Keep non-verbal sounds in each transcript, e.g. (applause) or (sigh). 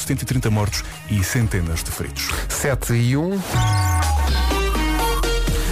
130 mortos e centenas de feridos. 7 e 1.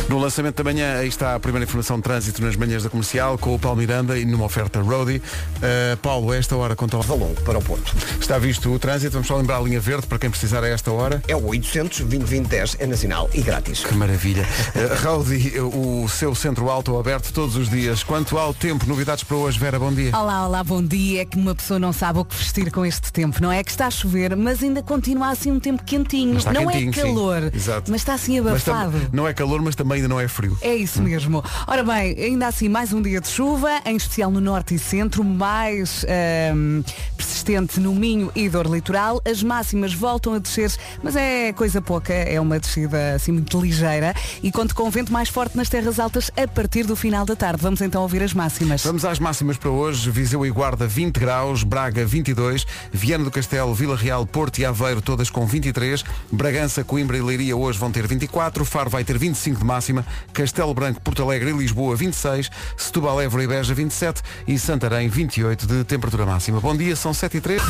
No lançamento da manhã, aí está a primeira informação de trânsito nas manhãs da comercial, com o Paulo Miranda e numa oferta roadie. Uh, Paulo, a esta hora conta o Valongo para o Porto. Está visto o trânsito, vamos só lembrar a linha verde para quem precisar a esta hora. É o 800 2010 é nacional e grátis. Que maravilha. Uh, Raudi, o seu centro alto aberto todos os dias. Quanto ao tempo, novidades para hoje, Vera, bom dia. Olá, olá, bom dia. É que uma pessoa não sabe o que vestir com este tempo, não é? Que está a chover, mas ainda continua assim um tempo quentinho. Mas está não quentinho, é sim. calor, Exato. mas está assim Mas tam- abafado. não é calor, mas também ainda não é frio. É isso mesmo. Ora bem, ainda assim, mais um dia de chuva, em especial no norte e centro, mais ahm, persistente no Minho e dor litoral. As máximas voltam a descer, mas é coisa pouca, é uma descida assim muito ligeira e conto com vento mais forte nas terras altas a partir do final da tarde. Vamos então ouvir as máximas. Vamos às máximas para hoje. Viseu e Guarda 20 graus, Braga 22, Viana do Castelo, Vila Real, Porto e Aveiro todas com 23, Bragança, Coimbra e Leiria hoje vão ter 24, Faro vai ter 25 de máxima, Castelo Branco, Porto Alegre e Lisboa 26, Setúbal, Évora e Beja 27 e Santarém 28 de temperatura máxima. Bom dia, são 7 e 3.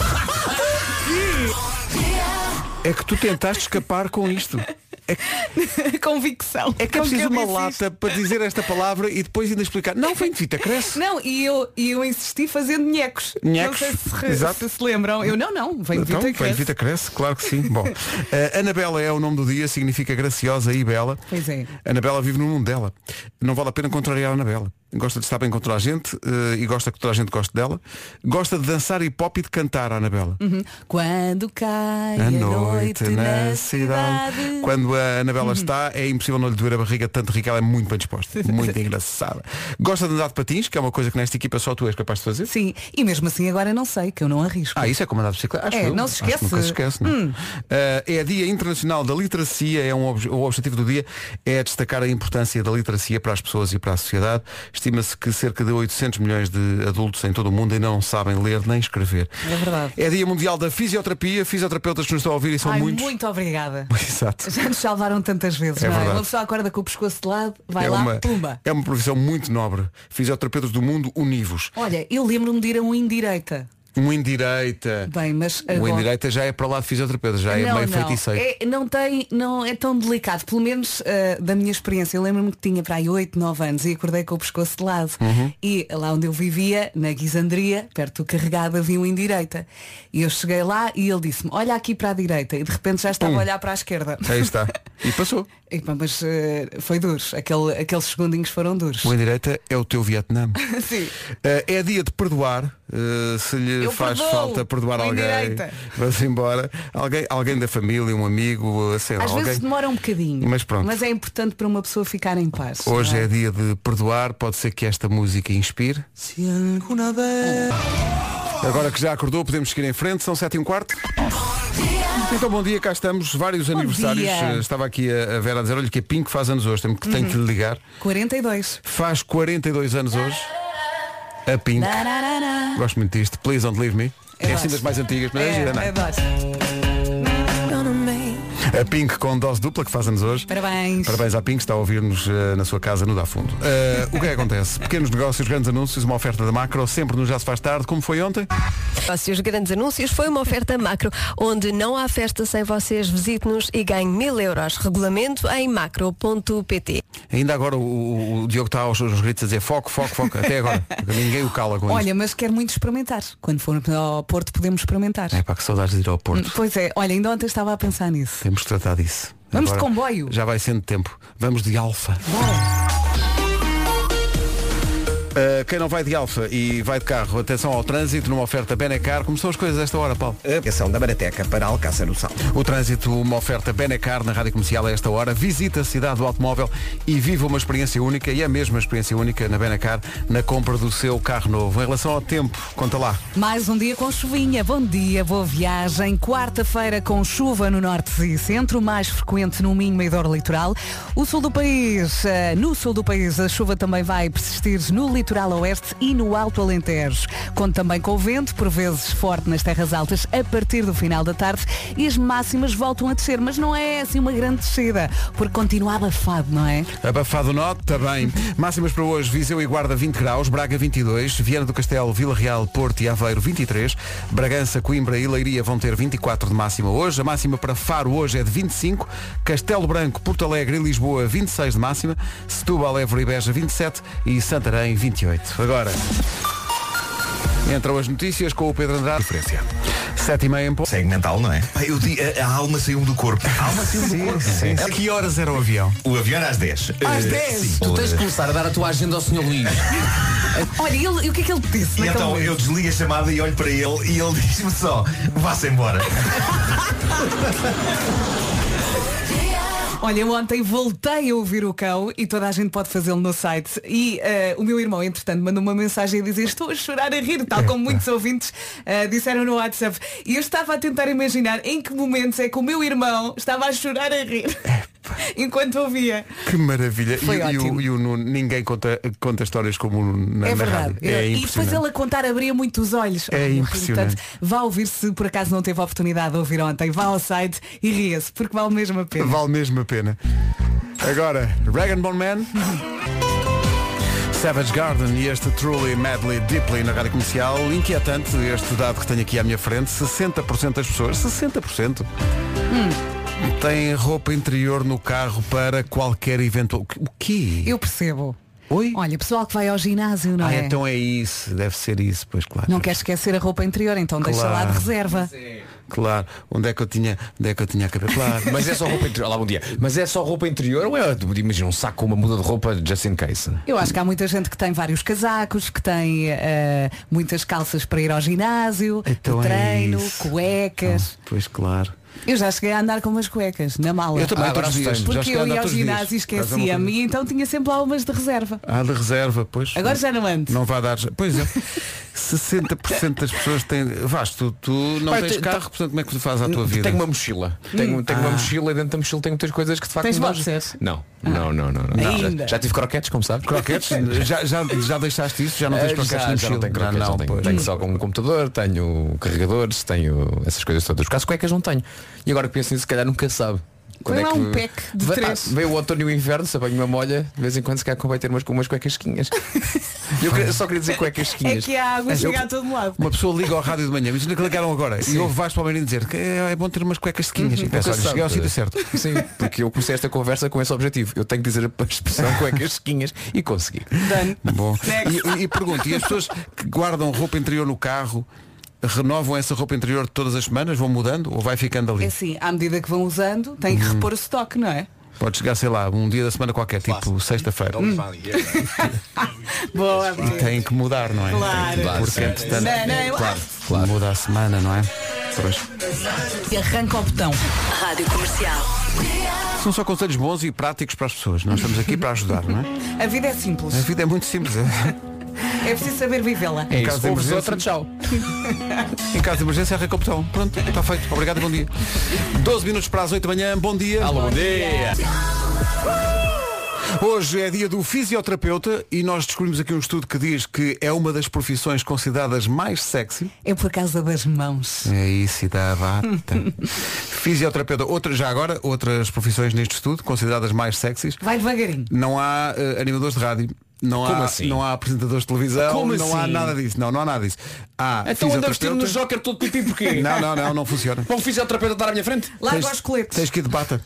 É que tu tentaste escapar com isto. Convicção. É que é preciso uma lata para dizer esta palavra e depois ainda explicar. Não, vem de fita, cresce. Não, e eu, e eu insisti fazendo nhecos. Nhecos, Não sei se, re- exato. se se lembram. Eu não, não. Vem Então, Vita bem, Cresce. Vita cresce, claro que sim. Bom, eh, Anabela é o nome do dia, significa graciosa e bela. Pois é. Anabela vive no mundo dela. Não vale a pena contrariar a Anabela. Gosta de estar bem com toda a gente eh, e gosta que toda a gente goste dela. Gosta de dançar hip hop e de cantar a Anabela. Quando cai A a noite na cidade. cidade. Quando a Anabela está, é impossível não lhe doer a barriga, tanto rica ela é muito bem disposta. Muito engraçada. Gosta de andar de patins, que é uma coisa que nesta equipa só tu és capaz de fazer. Sim, e mesmo assim agora não sei, que eu não arrisco. Ah, isso é como andar de bicicleta. Acho É, eu. não Acho se que esquece. Hum. nunca se esquece, não é? Ah, é a Dia Internacional da Literacia, é um obje- o objetivo do dia é destacar a importância da literacia para as pessoas e para a sociedade. Estima-se que cerca de 800 milhões de adultos em todo o mundo ainda não sabem ler nem escrever. É verdade. É Dia Mundial da Fisioterapia, fisioterapeutas que nos estão a ouvir e são Ai, muitos. muito obrigada. (laughs) Exato. Já nos salvaram tantas vezes, É não é? verdade. Uma pessoa acorda com o pescoço de lado, vai é, lá, uma, pumba. é uma profissão muito nobre. Fisioterapeutas do mundo univos. Olha, eu lembro-me de ir a um indireita. Um indireita. Bem, mas O agora- indireita já é para lá de fisioterapeuta, já é não, meio não. feiticeiro. É, não tem, não é tão delicado, pelo menos ah, da minha experiência. Eu lembro-me que tinha para aí 8, 9 anos e acordei com o pescoço de lado. Uhum. E lá onde eu vivia, na Guisandria, perto do carregado, havia um em direita. E eu cheguei lá e ele disse-me, olha aqui para a direita. E de repente já estava Pum. a olhar para a esquerda. Aí está. E (laughs) passou. E, pá, mas ah, foi duro, Aquele, aqueles segundinhos foram duros. O em direita é o teu Vietnã. (laughs) Sim. Eh, é dia de perdoar. eh, se lhe Eu faz perdoo. falta perdoar O em alguém, direita. vamos embora. Alguém, alguém da família, um amigo, eh, sei lá, Às alguém. vezes demora um bocadinho. Mas pronto. é importante para uma pessoa ficar em paz. Hoje não é dia de perdoar, pode ser que esta música inspire. Agora que já acordou, podemos seguir em frente, são 7 e um quarto. Então bom dia, cá estamos, vários aniversários. dia. Uhum. Eh, Estava aqui a a Vera a dizer, olha que a Pink faz anos hoje, tem que tem que lhe ligar. 42. Faz 42 anos hoje. A Pink. Tararara. Gosto muito disto. Please don't leave me. Eu é assim gosto. das mais antigas, mas é, É, gira, não é? adoro. A Pink com dose dupla que faz anos hoje. Parabéns. Parabéns à Pink, que está a ouvir-nos eh, na sua casa no Dá Fundo. Eh, o que é que acontece? Pequenos negócios, grandes anúncios, uma oferta da macro, sempre nos Já Se Faz Tarde, como foi ontem. Negócios Grandes Anúncios foi uma oferta macro, onde não há festa sem vocês. Visite-nos e ganhe mil euros. Regulamento em macro.pt. Ainda agora o, o- o Diogo está aos, aos gritos a dizer foco, foco, foco. Até agora. Ninguém o cala com Olha, isto. mas quero muito experimentar. Quando for ao Porto podemos experimentar. É pá, que saudades de ir ao Porto. Pois é, olha, ainda ontem estava a pensar nisso. Temos que tratar disso. Vamos de comboio. Já vai sendo tempo. Vamos de alfa. Bora. Uh, quem não vai de alfa e vai de carro, atenção ao trânsito, numa oferta Benecar. Como são as coisas a esta hora, Paulo? Aplicação da Barateca para Alcácer do Sal. O trânsito, uma oferta Benecar na Rádio Comercial a esta hora. Visita a cidade do automóvel e viva uma experiência única e a mesma experiência única na Benecar na compra do seu carro novo. Em relação ao tempo, conta lá. Mais um dia com chuvinha. Bom dia, boa viagem. Quarta-feira com chuva no norte e centro, mais frequente no Minho e Douro Litoral. O sul do país, eh, no sul do país, a chuva também vai persistir no litoral. litoral oeste e no Alto Alentejo. Conta também com o vento, por vezes forte nas terras altas, a partir do final da tarde e as máximas voltam a descer, mas não é assim uma grande descida, porque continua abafado, não é? Abafado Norte também. Máximas para hoje, Viseu e Guarda 20 graus, Braga 22, Viana do Castelo, Vila Real, Porto e Aveiro 23, Bragança, Coimbra e Leiria vão ter 24 de máxima hoje, a máxima para Faro hoje é de 25, Castelo Branco, Porto Alegre e Lisboa 26 de máxima, Setúbal, Évora e Beja 27 e Santarém 28. Agora... Entram as notícias com o Pedro Andrade. Diferença. 7 e meia em ponto. Segue mental, não é? eu di- a, a alma saiu-me do corpo. A alma saiu-me do corpo. A que horas era o avião? O avião era às 10. Às Eh, 10! sim. tu tens de começar a dar a tua agenda ao Sr. Luís. Olha, e ele- e o que é que ele te disse E naquele então eu momento? desligo a chamada e olho para ele e ele (laughs) diz-me só, vá-se embora. Olha, eu ontem voltei a ouvir o cão e toda a gente pode fazê-lo no site. E eh, o meu irmão, entretanto, mandou uma mensagem a dizer estou a chorar a rir, tal como (laughs) muitos ouvintes eh, disseram no WhatsApp. E eu estava a tentar imaginar em que momentos é que o meu irmão estava a chorar a rir (laughs) enquanto ouvia. Que maravilha. E- Foi e, o- ótimo. e o Nuno, ninguém conta, conta histórias como o Nuno na, É na verdade. rádio. É e depois impressionante. ele a contar abria muito os olhos. É Ai, eu ri impressionante. tanto. Vá ouvir se por acaso não teve a oportunidade de ouvir ontem. Vá ao site e ria-se, porque vale mesmo a pena. Vale mesmo a pena. Agora, Dragon Bone Man. Savage Garden e este Truly Madly Deeply na rádio comercial. Inquietante este dado que tenho aqui à minha frente. 60% das pessoas, 60%, Hum. têm roupa interior no carro para qualquer evento. O quê? Eu percebo. Oi? Olha, pessoal que vai ao ginásio, não ah, é? então é isso. Deve ser isso, pois claro. Não quer esquecer a roupa interior, então deixa lá Claro. de reserva. Claro. Onde é que eu tinha, onde é que eu tinha a cabeça? (laughs) Claro. Mas é só roupa interior. Lá bom dia. Mas é só roupa interior ou é, imagina, um saco com uma muda de roupa just in case? Eu acho que há muita gente que tem vários casacos, que tem eh, muitas calças para ir ao ginásio, Então é treino, isso. cuecas. Pois claro. Eu já cheguei a andar com umas cuecas na mala. Eu também, Ah, todos os agora dias. tenho. Já Porque cheguei a eu andar ia ao todos os dias. ginásio e Faz uma esquecia-me e então tinha sempre lá umas de reserva. Ah, de reserva, pois. Agora já não ando. Não vai dar. Pois é. 60% das pessoas têm. Vasco, tu, tu não Pai, tens te- carro, portanto como é que tu fazes a tua vida? Tenho uma mochila. Tenho, tenho uma mochila e dentro da mochila tenho muitas coisas que de facto. Hum. Ah. Tens me dão- boxers? Não, não, não, não, não. não. Ainda. Já, já tive croquetes, como sabes? (laughs) Croquetes? já, já, já deixaste isso? Já não Ah, tens Eh, croquetes já, na mochila? já não tenho croquetes, não, não tenho. pois. Hum. Tenho só com um computador, tenho carregadores, tenho essas coisas todas. Por acaso cuecas não tenho. E agora que penso nisso, se calhar nunca sabe. Põe lá um pack de Vai- três. Ah, veio o outono e o inverno, se apanho uma molha, de vez em quando se calhar convém ter umas, umas (laughs) cuecas quinhas. eu queria- só queria dizer cuecas É quinhas. que a água chega a todo lado. Uma pessoa liga ao rádio de manhã, mas ainda que ligaram agora. E ouve Vasco Palmeirinho dizer que é, é bom ter umas cuecas sequinhas. e pensa, Nunca olha, sabe. cheguei ao sítio certo. (laughs) Sim, porque eu comecei esta conversa com esse objetivo. Eu tenho que dizer a expressão é cuecas sequinhas e consegui. Bom. E, e- e pergunto, e as pessoas que guardam roupa interior no carro, renovam essa roupa interior todas as semanas, vão mudando ou vai ficando ali? É assim, à medida que vão usando, tem Uhum. que repor o estoque, não é? Pode chegar, sei lá, um dia da semana qualquer, tipo sexta-feira. Boa, E tem que mudar, não é? Claro. Porque entretanto Não, não, eu- muda a semana, não é? Pois. E arranca o botão. Rádio Comercial. São só conselhos bons e práticos para as pessoas. Nós estamos aqui para ajudar, não é? A vida é A simples. vida é muito simples. É preciso saber vivê-la. É caso de isso. Ouves emergência- outra, tchau. (laughs) Em caso de emergência, arranca o botão. Pronto, está feito. Obrigado e bom dia. 12 minutos para as 8 da manhã. Bom dia. Alô, bom dia. Hoje é dia do fisioterapeuta e nós descobrimos aqui um estudo que diz que é uma das profissões consideradas mais sexy. É por causa das mãos. É isso, e da (laughs) bata. fisioterapeuta. Outra, já agora, outras profissões neste estudo consideradas mais sexys. Vai devagarinho. não há eh, animadores de rádio. Não há, Como assim? não há apresentadores de televisão, Como não há assim? Então nada disso. Não, não há nada disso. Há fisioterapeuta. Joker todo pipi (laughs) porquê? Não, não, não, não (laughs) funciona. Vão fisioterapeuta estar à minha frente? Larga os coletes. Tens que ir de (laughs) bata.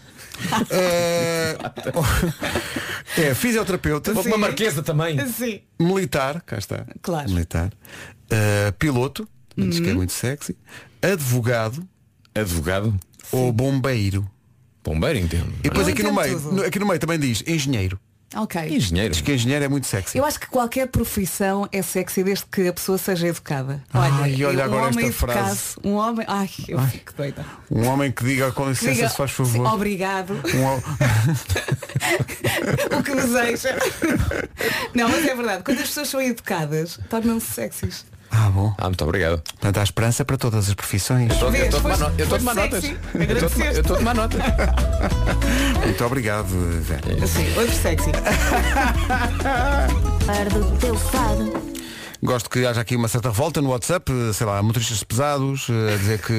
é... (laughs) é fisioterapeuta, Houve Uma marquesa também. (laughs) Sim. militar, cá está. Claro. Uhum. Militar. eh, piloto, diz que é muito sexy. Advogado Advogado. ou bombeiro. Bombeiro, entendo. E depois Eu aqui no entendo meio, então tudo. no- aqui no meio também diz engenheiro. Ok. Engenheiro. Diz que engenheiro é muito sexy. Eu acho que qualquer profissão é sexy desde que a pessoa seja educada. Ai, olha um agora homem esta educado, Um homem. Ai, eu fico doida. Um homem que diga com licença Diga- se faz Sim, favor. Obrigado. Um ho- o (laughs) que deseja. Não, mas é verdade. Quando as pessoas são educadas, tornam-se sexys. Ah, bom. Ah, muito obrigado. Portanto, há esperança para todas as profissões. Eu estou a tomar Foi- no- eu estou a foi tomar notas. sexy. Eu estou a tomar- Eu estou a tomar notas. Muito obrigado, Vera. Sim, hoje sexy. Gosto que haja aqui uma certa revolta no WhatsApp, eh, sei lá, motoristas pesados, eh, a dizer que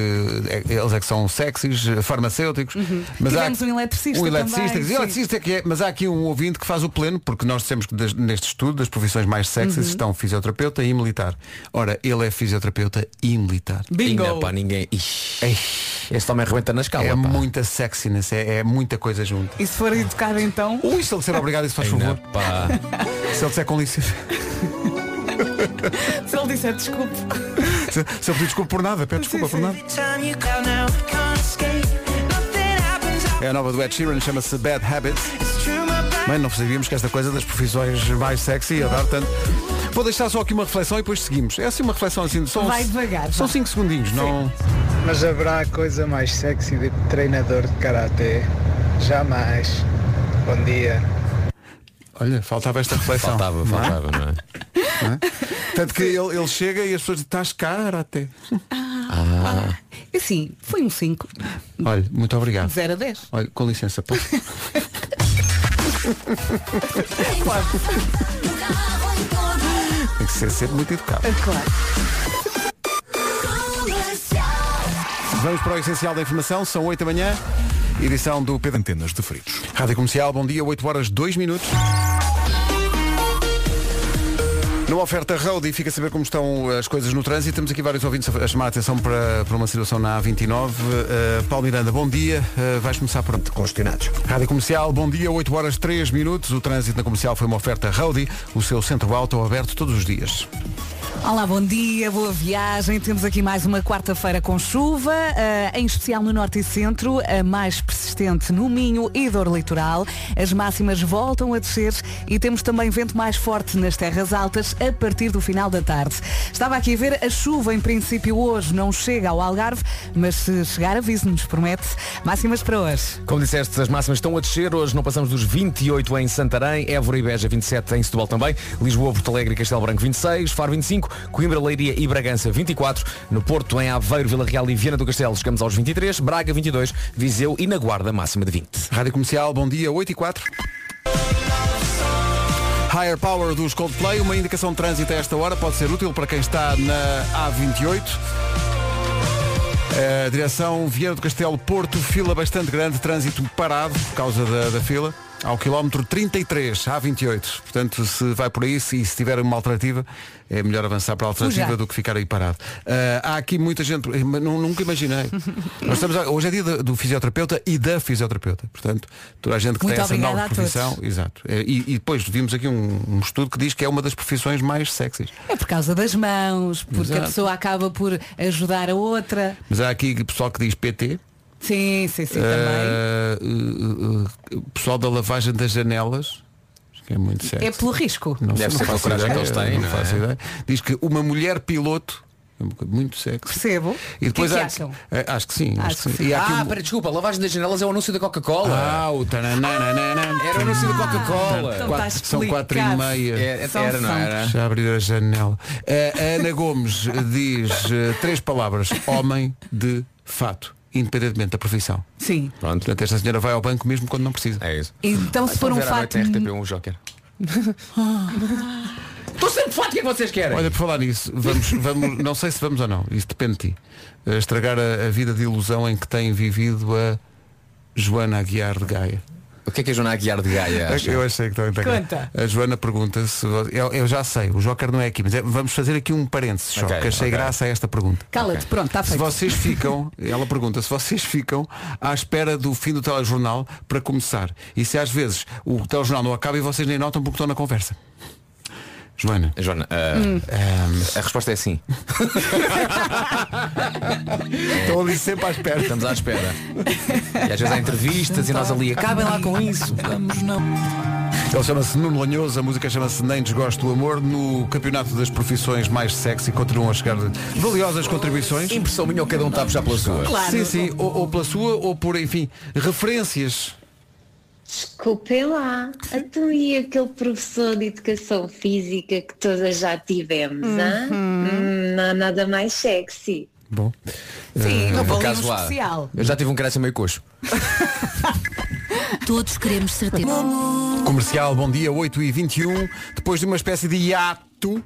é- eles é que são sexys, eh, farmacêuticos. Mas Tivemos um eletricista Um eletricista, também, que diz, sim. eletricista é que é, mas há aqui um ouvinte que faz o pleno, porque nós dissemos que das- neste estudo das profissões mais Uhum. sexys estão fisioterapeuta e militar. Ora, ele é fisioterapeuta e militar. Ainda pá, ninguém. Ixi, este homem arrebenta na escala. É pá. muita sexiness, é, é muita coisa junto. E se for educado então, Ui, se ele disser obrigado, isso faz Ainda favor. pá. (laughs) Se ele disser com licença. (laughs) se ele disser desculpe. Se, se eu pedir desculpa por nada, peço desculpa por nada. É a nova do Ed Sheeran, chama-se Bad Habits. Bem, não sabíamos que esta coisa das profissões mais sexy ia dar tanto. Vou deixar só aqui uma reflexão e depois seguimos. É assim uma reflexão assim. São, Vai devagar, São vá. 5 segundinhos, não. Mas haverá coisa mais sexy de treinador de karatê? Jamais. Bom dia. Olha, faltava esta reflexão. Faltava, não é? faltava, não é? Tanto que ele, ele chega e as pessoas dizem, estás cara até. E sim, foi um 5. Olha, muito obrigado. 0 a 10. Olha, com licença, posso? Tem que ser sempre muito educado. Claro. Vamos para o essencial da informação, são 8 da manhã, edição do Pedro. Antenas de fritos. Rádio Comercial, bom dia, 8 horas 2 minutos. Numa oferta road e fica a saber como estão eh, as coisas no trânsito. Temos aqui vários ouvintes a chamar a atenção para, para uma situação na A29. Uh, Paulo Miranda, bom dia. Uh, vais começar por onde? Congestionados. Rádio Comercial, bom dia, 8 horas 3 minutos. O trânsito na comercial foi uma oferta Roadie, o seu centro auto aberto todos os dias. Olá, bom dia, boa viagem. Temos aqui mais uma quarta-feira com chuva, eh, em especial no norte e centro, a mais persistente no Minho e dor litoral. As máximas voltam a descer e temos também vento mais forte nas terras altas a partir do final da tarde. Estava aqui a ver, a chuva em princípio hoje não chega ao Algarve, mas se chegar avise-nos, promete. Máximas para hoje. Como disseste, as máximas estão a descer. Hoje não passamos dos 28 em Santarém, Évora e Beja 27 em Setúbal também, Lisboa, Porto Alegre e Castelo Branco 26, Faro 25, Coimbra, Leiria e Bragança 24, no Porto, em Aveiro, Vila Real e Viana do Castelo chegamos aos 23, Braga 22, Viseu e na Guarda máxima de 20. Rádio Comercial, bom dia, 8 e 4. Higher Power dos Coldplay, uma indicação de trânsito a esta hora, pode ser útil para quem está na A28. Eh, direção Vieira do Castelo Porto, fila bastante grande, trânsito parado por causa da, da fila, ao quilómetro 33, A28. Portanto, se vai por aí, se, e se tiver uma alternativa, é melhor avançar para a alternativa Fuja. do que ficar aí parado. Eh, há aqui muita gente, eh, mas nu- nunca imaginei. Nós estamos a- hoje é dia do, do fisioterapeuta e da fisioterapeuta. Portanto, toda a gente que Muito tem essa obrigada nova a profissão. Exato. Eh, E, e depois vimos aqui um, um estudo que diz que é uma das profissões mais sexys. É por causa das mãos, porque Exato. a pessoa acaba por ajudar a outra. Mas há aqui pessoal que diz PT, Sim, sim, sim, também. eh, eh, eh, pessoal da lavagem das janelas, acho que é muito sexy. É pelo risco. Não Deve sei, ser não pela faço coragem ideia, que eles têm, não não é? faço ideia. Diz que uma mulher piloto é um bocado muito sexy. Percebo. E depois o que é há- que acham? eh, acho que sim. Acho que sim. E há aqui Ah, um- pera, desculpa, lavagem das janelas é o anúncio da Coca-Cola. Ah, o tananana. Era o anúncio da Coca-Cola. então Quatro- tá são quatro e explicado. meia. É, São, era, não são. era? Deixa eu abrir a janela. A a Ana Gomes (laughs) diz eh, três palavras. Homem de fato. Independentemente da profissão. Sim. Pronto, Portanto, esta senhora vai ao banco mesmo quando não precisa. é isso. Então se for um fato. RTP1 Joker. Estou sempre fato, o que é que vocês querem? Olha, por falar nisso, vamos, vamos, (laughs) não sei se vamos ou não, isso depende de ti. Eh, Estragar a, a vida de ilusão em que tem vivido a Joana Aguiar de Gaia. O que é que a Joana Aguiar de Gaia (laughs) acha? Eu achei que estava a Conta. A Joana pergunta se. vo- Eu, eu já sei, o Joker não é aqui, mas é- vamos fazer aqui um parênteses, só, Ok, que achei ok. graça a esta pergunta. Cala-te, pronto, está Se feito. vocês ficam, ela pergunta, se vocês ficam à espera do fim do telejornal para começar. E se às vezes o telejornal não acaba e vocês nem notam porque estão na conversa. Joana. Joana, ah, Hum. a resposta é sim. É. Estão ali sempre à espera. Estamos à espera. E às vezes há entrevistas e nós ali acabem lá Ah, com isso. Vamos não. Ele chama-se Nuno Lanhoso, a música chama-se Nem Desgosto do Amor. No campeonato das profissões mais sexy continuam a chegar valiosas contribuições. Impressão minha ou cada um está a puxar pela sua. Sim, sim, ou, ou pela sua ou por, enfim, referências. Desculpem lá, então e aquele professor de educação física que todas já tivemos, hã? Hum, não há nada mais sexy. Bom. Sim, um Por bolinho acaso lá, especial. Eu já tive um cresce meio coxo. Todos queremos certeza. Comercial, bom dia, 8h21. Depois de uma espécie de hiato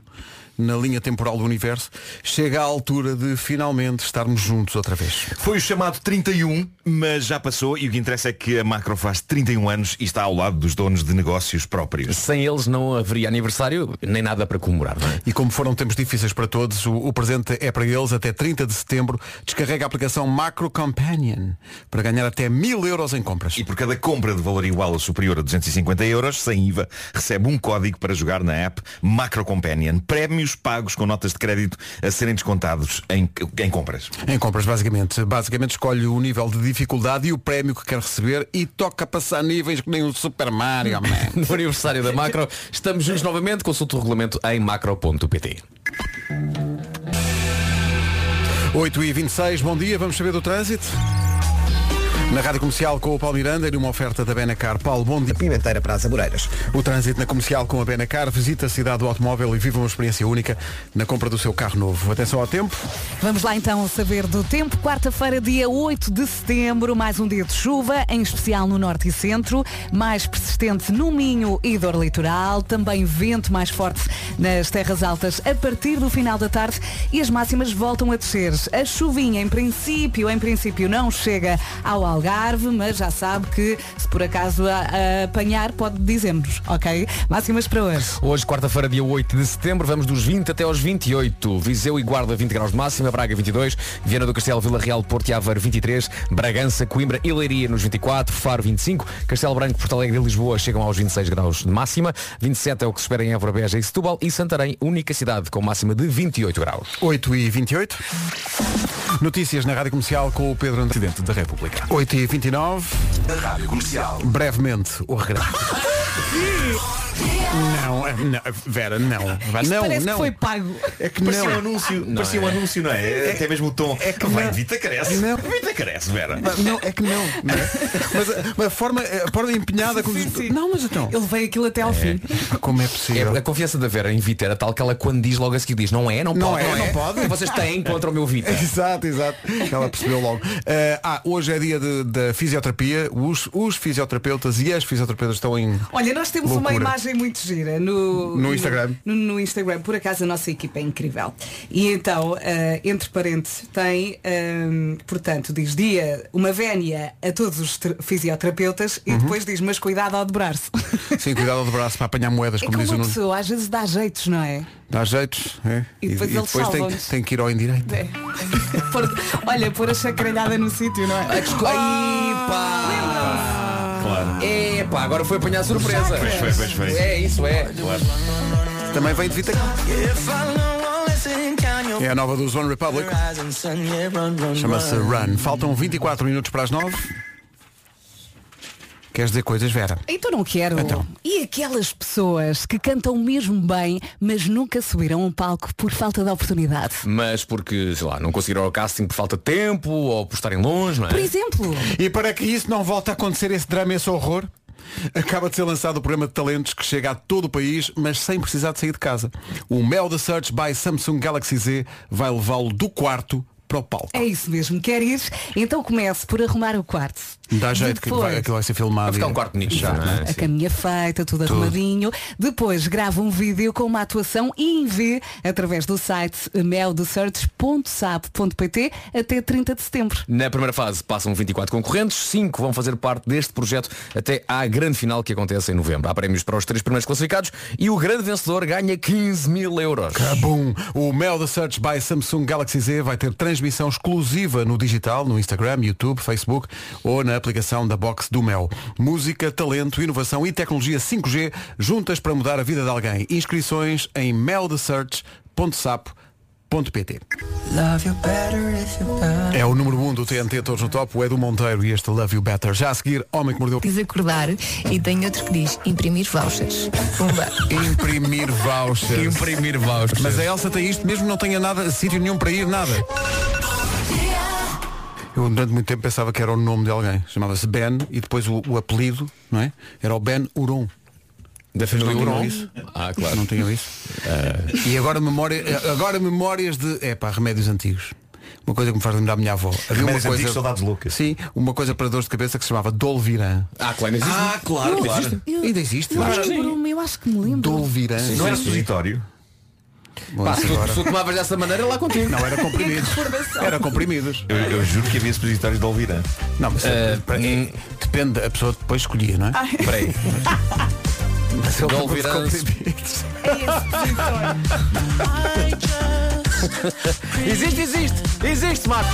na linha temporal do universo, chega a altura de finalmente estarmos juntos outra vez. Foi o chamado 31, mas já passou e o que interessa é que a Macro faz 31 anos e está ao lado dos donos de negócios próprios. Sem eles não haveria aniversário nem nada para comemorar, não é? E como foram tempos difíceis para todos, o, o presente é para eles até 30 de setembro. Descarrega a aplicação Macro Companion para ganhar até mil euros em compras. E por cada compra de valor igual ou superior a 250 euros, sem IVA, recebe um código para jogar na app Macro Companion. Prémios pagos com notas de crédito a serem descontados em, em compras. Em compras, basicamente. Basicamente escolhe o nível de dificuldade e o prémio que quer receber e toca passar níveis que nem um Super (laughs) Mario, man. No aniversário da Macro, estamos juntos novamente. Consulta o regulamento em macro.pt. 8h26, bom dia, vamos saber do trânsito. Na Rádio Comercial com o Paulo Miranda e numa oferta da Benacar. Paulo, bom dia. Pimenteira para as Amoreiras. O trânsito na comercial com a Benacar visita a cidade do automóvel e vive uma experiência única na compra do seu carro novo. Atenção ao tempo. Vamos lá então saber do tempo. Quarta-feira, dia 8 de setembro, mais um dia de chuva, em especial no norte e centro, mais persistente no Minho e dor litoral, também vento mais forte nas terras altas a partir do final da tarde e as máximas voltam a descer. A chuvinha, em princípio, em princípio não chega ao Algarve, mas já sabe que se por acaso a- a apanhar, pode dizer-nos, ok? Máximas para hoje. Hoje, quarta-feira, dia 8 de setembro, vamos dos 20 até aos 28. Viseu e Guarda, 20 graus de máxima, Braga, 22, Viana do Castelo, Vila Real, Porto e Aveiro, 23, Bragança, Coimbra e Leiria, nos 24, Faro, 25, Castelo Branco, Porto Alegre e Lisboa chegam aos 26 graus de máxima, 27 é o que se espera em Évora, Beja e Setúbal e Santarém, única cidade com máxima de 28 graus. 8 e 28. Notícias na Rádio Comercial com o Pedro André. Presidente da República. 8 e 29. Rádio Comercial. Brevemente, o (laughs) regresso. não, eh, não, Vera, não. não, Parece não. que foi pago. É que Parecia um não. anúncio, parecia um anúncio, não é? Até mesmo o tom. É que Vai, Vita cresce. Não. Vita cresce, Vera. Mas Não, é que não. não (laughs) é? Mas a, mas a forma, a forma empenhada como diz. Não, mas então. Ele veio aquilo até ao fim. Como é É, possível? a confiança da Vera em Vita era tal que ela quando diz logo a seguir diz não é, não, Não pode, é, não, não pode. Vocês têm contra o meu (laughs) Vita. Exato, exato. Ela percebeu logo. Eh, ah, hoje é dia de- da fisioterapia. Os, os fisioterapeutas e as fisioterapeutas estão em. Olha, nós temos Loucura. uma imagem muito gira no, No Instagram. No, no Instagram, por acaso a nossa equipa é incrível. E então, eh, entre parentes, tem, ehm, portanto, diz dia, uma vénia a todos os ter- fisioterapeutas e depois diz, mas cuidado ao dobrar-se. Uhum. (laughs) Sim, cuidado do braço para apanhar moedas, É como como diz o uma Nuno. pessoa, às vezes dá jeitos, (laughs) não é? Dá jeitos. é? E depois eles tem, salvam-nos. tem que ir ao indireito. É. Pôr- olha, pôr a chacralhada no sítio, não é? Epá! Claro. Epá, agora foi apanhar a surpresa. Pois foi, pois foi. É isso, é. Também vem de Vita. É a nova do Zone Republic. Chama-se Run. Faltam 24 minutos para as 9. Queres dizer coisas, Vera? Então não quero. Então. E aquelas pessoas que cantam mesmo bem, mas nunca subiram a um palco por falta de oportunidade. Mas porque, sei lá, não conseguiram o casting por falta de tempo ou por estarem longe, não é? Por exemplo, E para que isso não volte a acontecer, esse drama, esse horror, acaba de ser lançado o programa de talentos que chega a todo o país, mas sem precisar de sair de casa. O Mel da Search by Samsung Galaxy Z vai levá-lo do quarto para o palco. é isso mesmo, quer ir? Então comece por arrumar o quarto. Dá jeito que Depois, vai, aquilo vai ser filmado. Vai ficar um e- quarto bonito já, não é? A caminha feita, tudo, arrumadinho. Depois grava um vídeo com uma atuação e envie através do site meldesearch.sap.pt até 30 de setembro. Na primeira fase passam 24 concorrentes, 5 vão fazer parte deste projeto até à grande final que acontece em novembro. Há prémios para os três primeiros classificados e o grande vencedor ganha 15 mil euros. Cabum! O Mel da Search by Samsung Galaxy Z vai ter transmissão exclusiva no digital, no Instagram, YouTube, Facebook ou na aplicação da box do Mel. Música, talento, inovação e tecnologia 5G juntas para mudar a vida de alguém. Inscrições em meldesearch.sapo.pt É o número 1 um do TNT Todos no Top, o Edu Monteiro e este Love You Better. Já a seguir, Homem que Mordeu Diz acordar e tem outro que diz imprimir vouchers. (laughs) Pumba. Imprimir vouchers. Imprimir vouchers. Mas a Elsa tem isto, mesmo que não tenha nada, sítio nenhum para ir, nada. Eu durante muito tempo pensava que era o nome de alguém. Chamava-se Ben e depois o, o apelido, não é? Era o Ben Uron. Da família Não tinham Uron? é isso. Ah, claro. Não tinham isso. E agora, memória, agora memórias de. É pá, remédios antigos. Uma coisa que me faz lembrar a minha avó. Havia Remédios uma coisa, antigos, saudades loucas. Sim, uma coisa para dores de cabeça que se chamava Dolviran. Ah, claro, ainda existe. Ah, claro, claro. Ainda existe? Eu lembro-me, eu acho que me lembro. Dolviran. Não era supositório? Bom, Pá, isso se tu, agora. se tu tomavas dessa maneira, lá contigo. Não, era comprimidos. Era comprimidos. Eu, eu juro que havia supositórios de Olvirã. Não, mas é, para- depende, a pessoa depois escolhia, não é? Peraí. Mas eu lembro de Dolviran- comprimidos. É Existe, existe! Existe, Marco!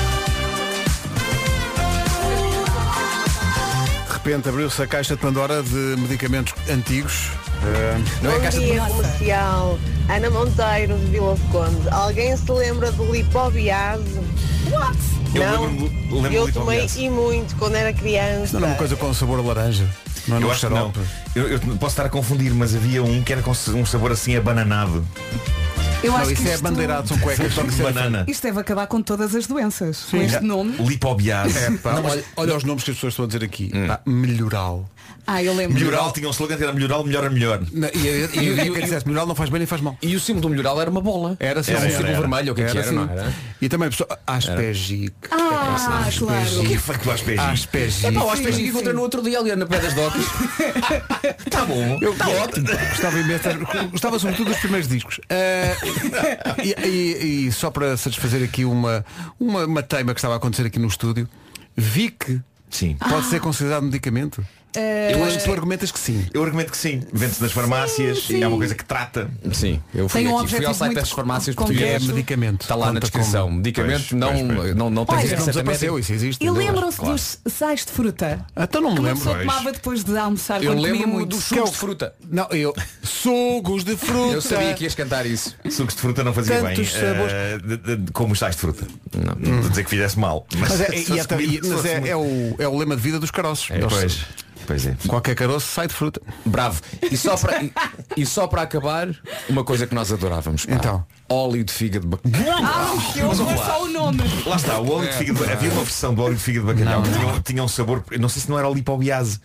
De repente abriu-se a caixa de Pandora de medicamentos antigos. Eh, Não é caixa de. comercial. Ana Monteiro de Vila Conde. Alguém se lembra do lipobiase? What? Eu lembro-me do- lembro-me do eu tomei lipobiase. e muito quando era criança. Não era uma coisa com sabor a laranja. Não era Eu um acho que não. xarope. Eu, eu posso estar a confundir, mas havia um que era com um sabor assim abananado. Eu Não, acho isso que é isto, bandeirado, são cuecas. tem que De ser- banana. isto deve acabar com todas as doenças. Com este nome. Lipobiase. É, pá, olha, olha os nomes que as pessoas estão a dizer aqui. Pá, melhoral. Ah, eu lembro. Melhoral tinha um slogan que era melhoral, melhor é melhor. Na- e e, e, e, quem dissesse melhoral não faz bem nem faz mal. E o símbolo do melhoral era uma bola. Era sim, Era um era, círculo era. vermelho, ou o que é que era, sim. não era? E também a pessoa. Aspegic. Ah, O que claro. foi que é vais pedir? Aspegic. Pá, eu acho Sim, que sim. que encontrei no outro dia ali na Pedras Docas. Tá bom. Está ótimo. Gostava imenso. Gostava sobretudo dos primeiros discos. Ah, e, e- e só para satisfazer aqui uma, uma, uma teima que estava a acontecer aqui no estúdio, Vic Sim. pode ser considerado medicamento? Eu acho que tu argumentas que sim. Eu argumento que sim. Vende-se nas farmácias Sim, sim. e é uma coisa que trata. Sim, eu fui, Tem um aqui, fui ao objetivo site muito das farmácias concreto. É portuguesas. medicamento. Está lá na Conta descrição. como. Medicamento Pois, não, pois, pois. não, não tem Olha, receita Não desapareceu, médica. isso existe. E ainda hoje. lembram-se dos sais de fruta? Então não me Uma lembro. pessoa tomava depois de almoçar Eu quando comia lembro-me muito. dos Que é o sucos de que- fruta. Não, eu. Sugos de fruta. Eu sabia que ias cantar isso. Sucos de fruta não fazia Tantos bem. sabores. eh, de- de- de- como os sais de fruta. Não, não estou a dizer que fizesse mal. Mas, (laughs) é, se e fosse até- comido, e- se mas fosse é- muito. é o, é o lema de vida dos caroços. É, Eles- Pois. Pois é. Qualquer caroço sai de fruta. Bravo. E só para, e, e só para acabar, uma coisa que nós adorávamos. pá. Então. Óleo de fígado. de bac- Ah, eu vou só o nome. é? Lá está, o óleo de fígado, havia uma versão do óleo de fígado de bacalhau que tinha, tinha um sabor, eu não sei se não era o lipobiase.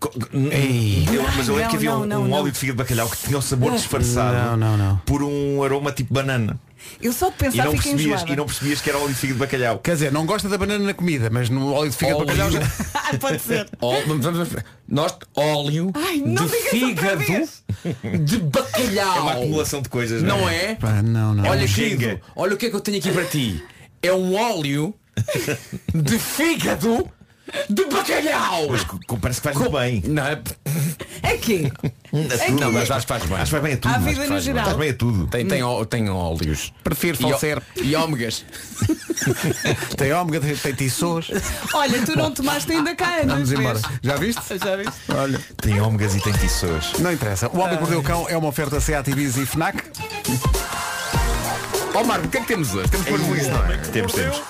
Co- Eu- mas eu lembro Não, que havia não, um, não, um não. óleo de fígado de bacalhau que tinha um sabor disfarçado Não, não, não. por um aroma tipo banana. Eu só de E pensar não, fiquei percebias, enjoada. e não percebias que era óleo de fígado de bacalhau. É Quer dizer, não gosta da banana na comida, mas no óleo de fígado de Óleo. bacalhau já. Ah, (laughs) pode ser. Ó- vamos- vamos- Nós, óleo Ai, não de digas outra fígado vez. de É uma bacalhau. acumulação de coisas. Não é? Pá, não, não. Olha, um querido, jenga. olha o que é que eu tenho aqui para ti. É um óleo de fígado de bacalhau. Mas co- co- parece que faz bem. Não, é- É quê? A tudo. não, mas acho que faz bem. Acho que faz bem a tudo. À acho vida que no faz bem. geral. Faz bem a tudo. Tem, tem, ó- tem óleos. Prefiro E ó- falser. E ômegas. Tem ômega, tem, tem tições. Olha, tu não tomaste ainda cá, Ana. Vamos embora. Já viste? (laughs) Já viste? (laughs) Olha. Tem ômegas e tem tições. Não interessa. O Homem que Mordeu o Cão é uma oferta Seat Ibiza e Fnac. Ó Marco, o que é que temos hoje? Temos isso, não é? Temos, temos.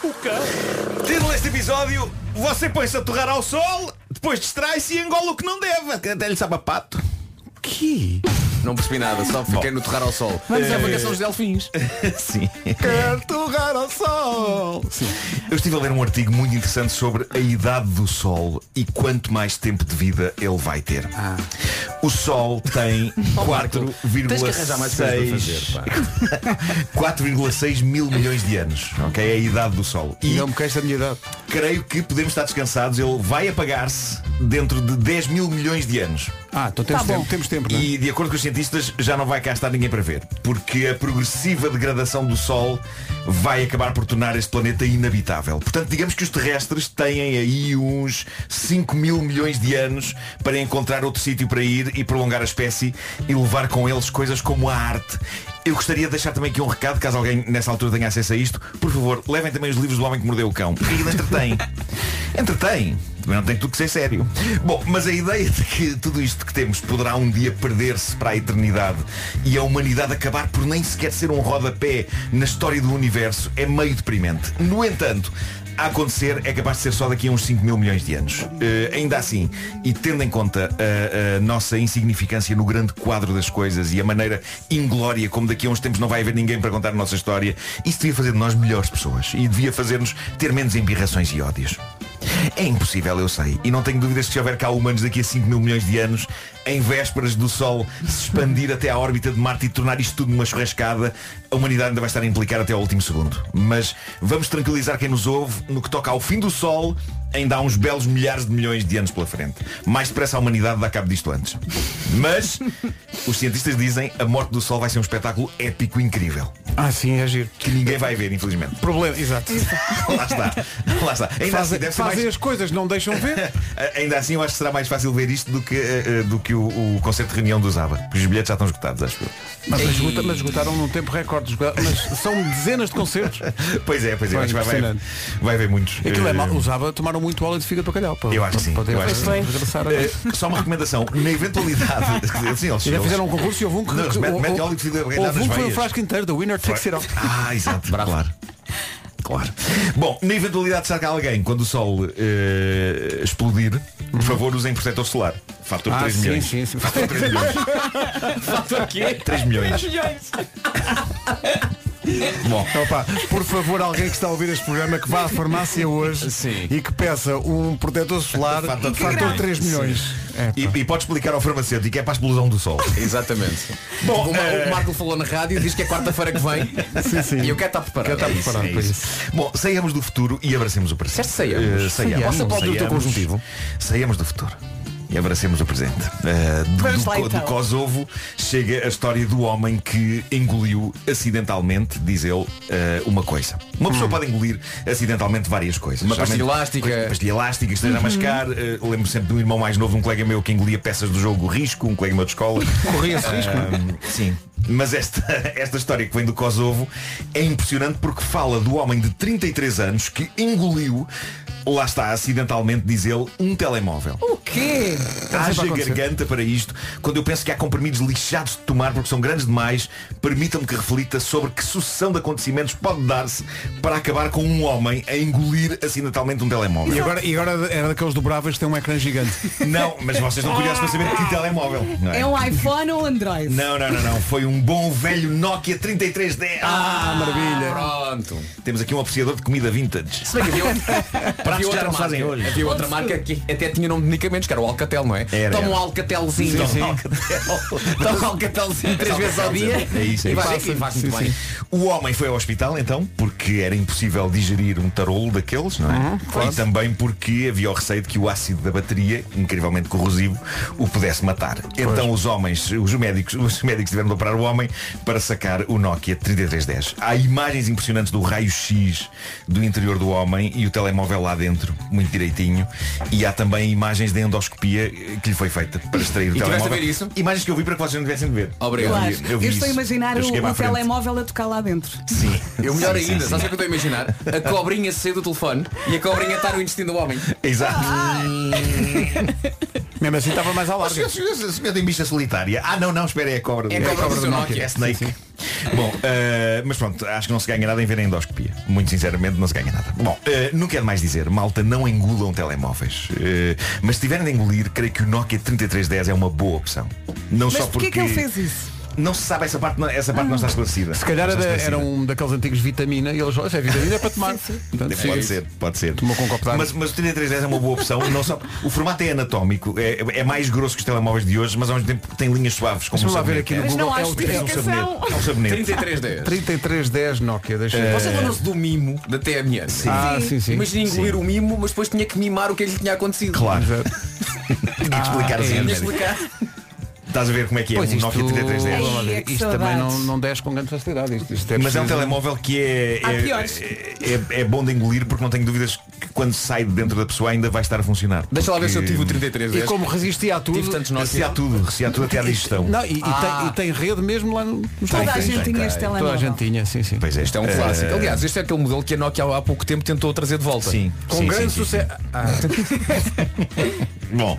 Título deste episódio, você põe-se a torrar ao sol, depois distrai-se e engola o que não deve. Até lhe sabe a pato. Que? Não percebi nada, só fiquei no terrar ao sol. Vamos É. à vacação dos delfins. Sim. Quer torrar ao sol. Sim. Eu estive a ler um artigo muito interessante sobre a idade do sol e quanto mais tempo de vida ele vai ter. Ah. O sol tem (laughs) tens que arranjar mais 4,6 coisas (laughs) 4,6 mil milhões de anos. Ok? É a idade do sol. E Não me queixo da minha idade. creio que podemos estar descansados. Ele vai apagar-se dentro de 10 mil milhões de anos. Ah, então temos Tá bom. tempo. Temos tempo, não é? E de acordo com os cientistas, já não vai cá estar ninguém para ver, porque a progressiva degradação do Sol vai acabar por tornar este planeta inabitável. Portanto, digamos que os terrestres têm aí uns 5 mil milhões de anos para encontrar outro sítio para ir e prolongar a espécie e levar com eles coisas como a arte. Eu gostaria de deixar também aqui um recado, caso alguém nessa altura tenha acesso a isto, por favor, levem também os livros do Homem que Mordeu o Cão, porque (laughs) aquilo entretém. Entretém. Também não tem tudo que ser sério. Bom, mas a ideia de que tudo isto que temos poderá um dia perder-se para a eternidade e a humanidade acabar por nem sequer ser um rodapé na história do universo é meio deprimente. No entanto, a acontecer é capaz de ser só daqui a uns 5 mil milhões de anos. Eh, ainda assim, e tendo em conta a, a nossa insignificância no grande quadro das coisas e a maneira inglória como daqui a uns tempos não vai haver ninguém para contar a nossa história, isso devia fazer de nós melhores pessoas e devia fazer-nos ter menos embirrações e ódios. É impossível, eu sei. E não tenho dúvidas que se houver cá humanos daqui a 5 mil milhões de anos, em vésperas do Sol se expandir até à órbita de Marte e tornar isto tudo uma churrascada, a humanidade ainda vai estar a implicar até ao último segundo. Mas vamos tranquilizar quem nos ouve, no que toca ao fim do Sol, ainda há uns belos milhares de milhões de anos pela frente. Mais depressa a humanidade dá cabo disto antes. Mas os cientistas dizem a morte do Sol vai ser um espetáculo épico incrível. Ah, sim, é giro. Que ninguém vai ver, infelizmente. Problema, exato. Lá está. Lá está. Ainda assim, Fazem, deve ser fazem mais- as coisas, não deixam ver. (laughs) Ainda assim eu acho que será mais fácil ver isto do que, eh, eh, do que o, o concerto de reunião do Zaba. Porque os bilhetes já estão esgotados, acho eu. (laughs) (laughs) Mas, esgota- mas esgotaram num tempo recorde. esgota- Mas são dezenas de (laughs) concertos. Pois é, pois é, Pá, acho que vai, vai, impressionante. vai haver muitos. Aquilo é mal. Eh, Usava, tomaram muito óleo de fígado para calhau. Eu acho que sim. Podem eu acho que sim. regressar a- Eh, Só uma recomendação, na eventualidade. (laughs) sim, eles- E já fizeram um eles- concurso e houve um que. Não, eles que- metem- houve- metem óleo de fígado a houve ganhar nas um que foi o veias. frasco inteiro, The Winner Takes It All. Ah, exato. Claro. Claro. Bom, na eventualidade será que alguém, quando o Sol eh, explodir, por favor usem protetor solar. Fator Uhum. Ah, 3 sim, milhões. sim, sim. Fator 3 (laughs) milhões. Fator quê? 3 milhões. Bom, Opa, por favor, alguém que está a ouvir este programa que vá à farmácia hoje Sim. e que peça um protetor solar Fator fator, de grande. 3 milhões. É, e, e pode explicar ao farmacêutico, é para a explosão do Sol. Exatamente. Bom, Bom, o, Ma- eh, o Marco falou na rádio, diz que é quarta-feira que vem. Sim, sim. E eu quero estar preparado. Quero estar É isso, preparado é para isso. Bom, saiamos do futuro e abracemos o presente. Disseste saiamos? Eh, saiamos. Posso aplaudir o teu Saiamos. conjuntivo? Saiamos do futuro. E abracemos o presente. Eh, do, Vamos do lá, Co- então. do Kosovo chega a história do homem que engoliu acidentalmente, diz ele, eh, uma coisa. Uma pessoa pode engolir acidentalmente várias coisas. Uma Geralmente- pastilha elástica. Pastilha elástica, que esteja a mascar. Eh, lembro sempre de um irmão mais novo, de um colega meu que engolia peças do jogo Risco, um colega meu de escola. Corria-se risco. Ahm, sim. Mas esta, (laughs) esta história que vem do Kosovo é impressionante porque fala do homem de 33 anos que engoliu, lá está, acidentalmente, diz ele, um telemóvel. O quê? Haja acontecer. garganta para isto. Quando eu penso que há comprimidos lixados de tomar porque são grandes demais, permitam-me que reflita sobre que sucessão de acontecimentos pode dar-se para acabar com um homem a engolir acidentalmente um telemóvel. E agora, e agora era daqueles dobráveis que tem um ecrã gigante. Não, mas vocês estão curiosos para saber que telemóvel. não É um iPhone ou Android? Não, não, não, não. Foi um bom velho Nokia 3310. Ah, maravilha. Pronto. Temos aqui um apreciador de comida vintage. Se bem que havia, (laughs) havia que já outra não fazem marca, hoje. havia outra marca que até tinha nome de medicamentos, que era o Alcatel, não é? Era, Toma um era. Alcatelzinho. Sim, sim. Toma um Alcatelzinho três vezes ao dia. É isso, é isso. E vai, e vai muito bem. O homem foi ao hospital então porque era impossível digerir um tarolo daqueles, não é? Ah, E também porque havia o receio de que o ácido da bateria, incrivelmente corrosivo, o pudesse matar. Então os homens, os médicos, os médicos tiveram de operar o homem para sacar o Nokia 3310. Há imagens impressionantes do raio-x do interior do homem e o telemóvel lá dentro, muito direitinho. E há também imagens de endoscopia eh, que lhe foi feita para extrair o tiveste a telemóvel. ver isso? Imagens que eu vi para que vocês não tivessem de ver. Obrigado. Claro. Eu vi- eu Eu, vi estou a isso. imaginar Eu o, cheguei para o a frente. telemóvel a tocar lá dentro. Sim. Eu melhor Sim, ainda, sim, sabes o que sim. eu estou a imaginar? A cobrinha saiu do telefone e a cobrinha está no intestino do homem. Exato. Hum. Mesmo assim estava mais à Ah, Mas larga. se- se- se- se metem em bicha solitária. Ah não, não, espera, é a cobra. É a cobra do seu Nokia. É Snake. Bom, eh, mas pronto, acho que não se ganha nada em ver a endoscopia. Muito sinceramente, não se ganha nada. Bom, eh, não quero mais dizer, malta, não engulam telemóveis. Eh, mas se tiverem de engolir, creio que o Nokia 3310 é uma boa opção. Não Mas só porquê porque. que ele fez isso? Ah, Não se sabe, essa parte não, essa parte não está esclarecida. Se calhar era, Não está era esclarecida. um daqueles antigos vitamina e eles, "Olha, se é vitamina é para tomar. Portanto, pode sim. ser, pode ser. Tomou com um copo de água. mas, mas o 3310 é uma boa opção. Não só, o formato é anatómico, é, é mais grosso que os telemóveis de hoje, mas ao mesmo tempo tem linhas suaves, como um Deixa-me lá ver sabonete. aqui É- no Mas Google. não É há o- é é um o assim. sabonete. É um sabonete. 3310. 3310 Nokia, deixa É, eu um Você lembram-se do mimo da TMN? Ah, sim, sim. Imagina engolir o mimo, mas depois tinha que mimar o que lhe tinha acontecido. Claro. Exato. Tinha de explicar assim. Tinha né? que explicar. Estás a ver como é Ah, que é é. Pois um isto, Nokia 3310. vamos lá ver, Ai, é que isto também não, saudades. não desce com grande facilidade. Isto, isto é Mas é um preciso- telemóvel que é Há é, piores. é, é bom de engolir porque não tenho dúvidas que quando sai de dentro da pessoa ainda vai estar a funcionar. Deixa lá ver se eu Porque- tive o 3310. E como resistia a tudo. Tive tantos nós. Se há tudo, se há tudo até à digestão. Não, e, e Ah. tem, e tem rede mesmo lá no. Toda a tem, gente tem, tinha tem. este Toda a telemóvel. gente tinha, sim, sim. Pois é, Isto é um clássico. Aliás, este é aquele modelo que a Nokia há pouco tempo tentou trazer de volta. Eh, Sim. Com sim, grande sim, sim, sucesso. Bom,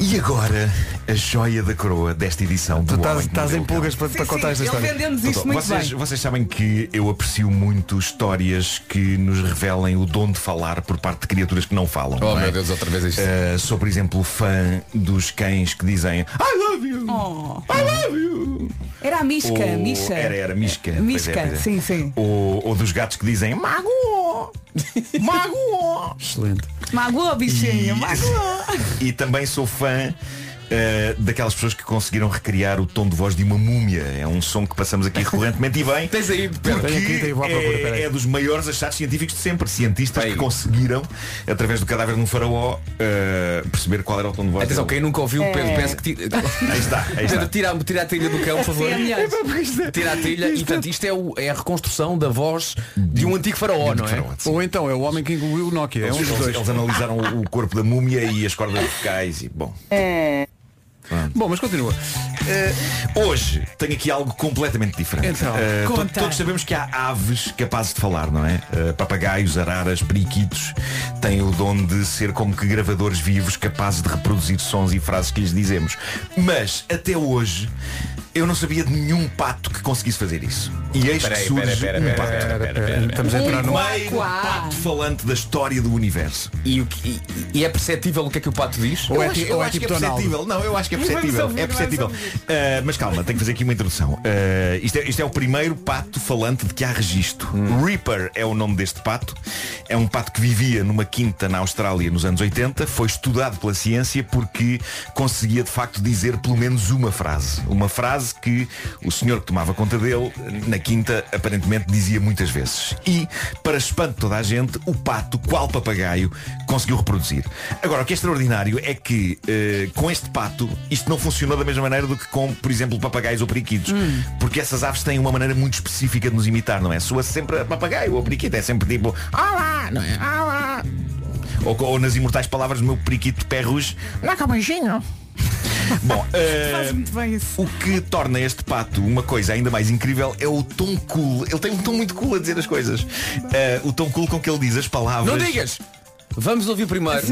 e agora a joia da coroa desta edição Tu do estás, Homem que estás Mordeu em o Cão. pulgas para, Sim, para contar esta sim, ele história. vendeu-nos isto Doutor, muito Então, vocês, bem. vocês sabem que eu aprecio muito histórias que nos revelem o dom de falar por parte de criaturas que não falam. Oh não é? meu Deus, outra vez isto. Uh, sou, por exemplo, fã dos cães que dizem I love you! Oh. I love you! Era a Misca, Ou- Misha. Era, era, Misca. Misca, Pois é, pois é. sim, sim. (laughs) Ou, ou dos gatos que dizem Mago! Mago! Excelente. Magoa, bichinho, magoa. E também sou fã eh, daquelas pessoas que conseguiram recriar o tom de voz de uma múmia. É um som que passamos aqui recorrentemente e bem. (laughs) Tens aí, pera, porque tenho aqui, tenho- vou à procura, pera aí. é, é dos maiores achados científicos de sempre. Cientistas que conseguiram, através do cadáver de um faraó, eh, perceber qual era o tom de voz. Atenção, dele. quem nunca ouviu, Pedro, É. peço que tira. Aí está, (laughs) aí está. Pedro, tira, tira a trilha do cão, por favor. Sim, é melhor. Tira a trilha. E, portanto, isto é, o- é a reconstrução da voz de um antigo faraó, não é? Ou então é o homem que engoliu o Nokia. É um Eles, dos dois. eles analisaram o- o corpo da múmia e as cordas vocais e bom. Bom, mas continua. Hoje tenho aqui algo completamente diferente. Então, Eh, to- conta. todos sabemos que há aves capazes de falar, não é? Eh, papagaios, araras, periquitos têm o dom de ser como que gravadores vivos capazes de reproduzir sons e frases que lhes dizemos. Mas até hoje eu não sabia de nenhum pato que conseguisse fazer isso. E eis que Peraí, surge peraí, peraí, É, um peraí, pato. peraí, peraí, peraí, peraí. Estamos a entrar Um num- maior pato falante da história do universo. E, o que- e- e é perceptível o que é que o pato diz? Eu acho- eu acho que Tipo é perceptível. Não, eu acho que é perceptível. É perceptível. Ah, mas calma, tenho que fazer aqui uma introdução. Ah, isto, é, isto é o primeiro pato falante de que há registro. Reaper é o nome deste pato. É um pato que vivia numa quinta na Austrália nos anos 80. Foi estudado pela ciência porque conseguia de facto dizer pelo menos uma frase. Uma frase que o senhor que tomava conta dele na quinta aparentemente dizia muitas vezes. E, para espanto de toda a gente, o pato, qual papagaio, conseguiu reproduzir. Agora, o que é extraordinário é que eh, com este pato isto não funcionou da mesma maneira do que com, por exemplo, papagaios ou periquitos. Porque essas aves têm uma maneira muito específica de nos imitar, não é? Soa sempre a papagaio ou periquito, é sempre tipo, olá, não é? Olá. Ou, ou nas imortais palavras do meu periquito perros, Dá cá um beijinho. Bom, eh, o que torna este pato uma coisa ainda mais incrível é o tom cool. Ele tem um tom muito cool a dizer as coisas. Eh, o tom cool com que ele diz as palavras. Não digas! Vamos ouvir primeiro. (laughs)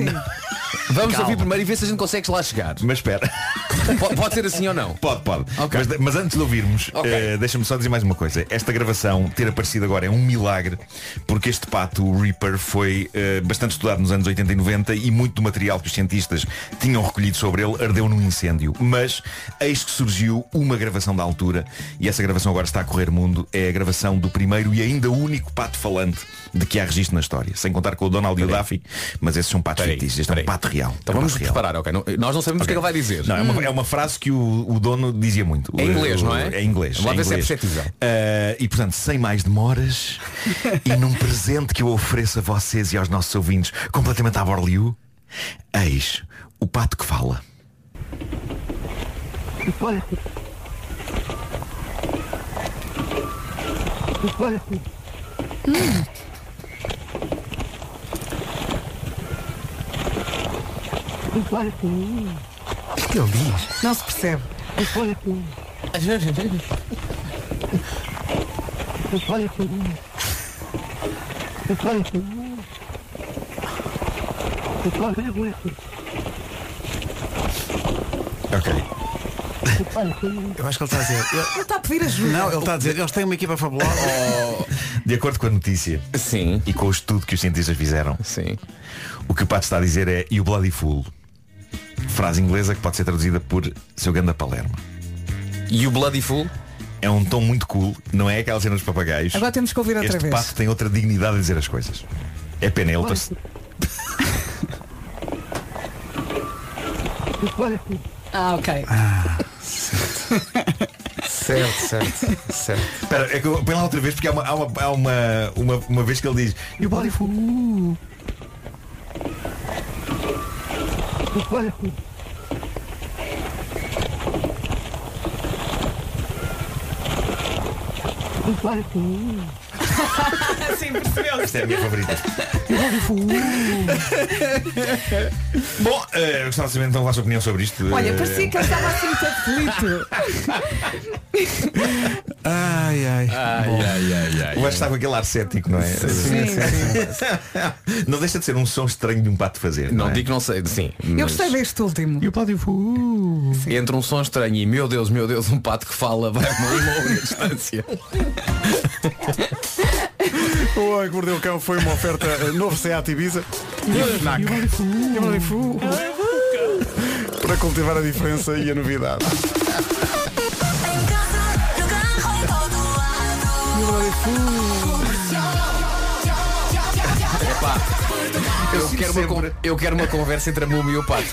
Vamos Calma. ouvir primeiro e ver se a gente consegue lá chegar. Mas espera. Pode, ser assim ou não? Pode, pode. Mas, mas antes de ouvirmos, eh, deixa-me só dizer mais uma coisa. Esta gravação ter aparecido agora é um milagre, porque este pato, o Reaper, foi eh, bastante estudado nos anos 80 e 90 e muito do material que os cientistas tinham recolhido sobre ele ardeu num incêndio. Mas eis que surgiu uma gravação da altura e essa gravação agora está a correr mundo. É a gravação do primeiro e ainda único pato falante de que há registro na história. Sem contar com o Donald e o Daffy, mas esses são patos fictícios. Este é um pato real. Então vamos preparar, ok? Não- nós não sabemos o que é que ele vai dizer. Não, é, uma, é uma frase que o, o dono dizia muito. É inglês, O- não é? É inglês. Vamos lá é ver se é inglês. perceptível. Ah, e portanto, sem mais (laughs) demoras, e num presente que eu ofereço a vocês e aos nossos ouvintes, completamente à Borliu, eis o pato que fala. Olha. Olha. Olha. O que ele diz? Não se percebe. Ok. Eu acho que ele está a dizer. Ele está a pedir ajuda. Não, ele está a dizer, eles têm uma equipa (laughs) fabulosa. De acordo com a notícia Sim. e com o estudo que os cientistas fizeram, Sim. o que o pato está a dizer é You Bloody Fool. Frase inglesa que pode ser traduzida por Seu Ganda Palermo. E o Bloody Fool? É um tom muito cool, não é aquela cena dos papagaios. Agora temos que ouvir outra este vez. pato tem outra dignidade a dizer as coisas. É pena, ele está- Ah, ok. Certo, certo, certo. Espera, é que eu- põe lá outra vez porque há uma, há uma, há uma, uma, uma vez que ele diz E o body fool Sim, percebeu? Esta é a minha favorita Bom, eh, eu gostava de saber então a vossa opinião sobre isto Olha, Eh, parecia que ele estava assim muito aflito. Ai, ai. Bom. O Ash está com aquele ar cético, não é? sim, (laughs) não deixa de ser um som estranho de um pato fazer. Não, Não, digo que não sei, sim. Eu mas gostei deste último. E o Cláudio Entre um som estranho e meu Deus, meu Deus, um pato que fala vai a uma (laughs) longa distância. O Homem que Mordeu o Cão foi uma oferta eh, novo Seat Ibiza e Fnac. Para cultivar a diferença e a novidade. Epá. Eu quero, uma, con- eu quero uma conversa entre a múmia e o pato.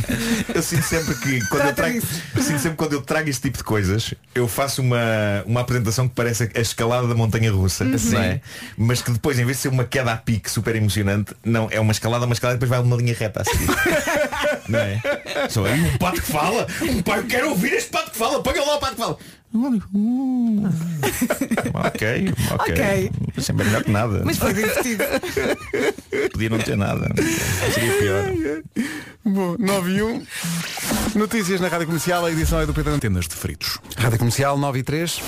Eu sinto (laughs) sempre que quando eu trago, eu sinto sempre que quando eu trago este tipo de coisas, eu faço uma, uma apresentação que parece a escalada da montanha russa, Uhum. não é? Mas que depois, em vez de ser uma queda a pique super emocionante, não, é uma escalada, uma escalada e depois vai uma linha reta a (laughs) seguir. não é? Só aí um pato que fala, um pai quero ouvir este pato que fala, paga lá o pato que fala. Ok, ok. Hum. Ok. Sempre é melhor que nada. Mas foi divertido. Podia não ter nada. Seria pior. Bom, 9 e 1. Notícias na Rádio Comercial, a edição é do Pedro Antenas de Fritos. Rádio Comercial 9 e 3.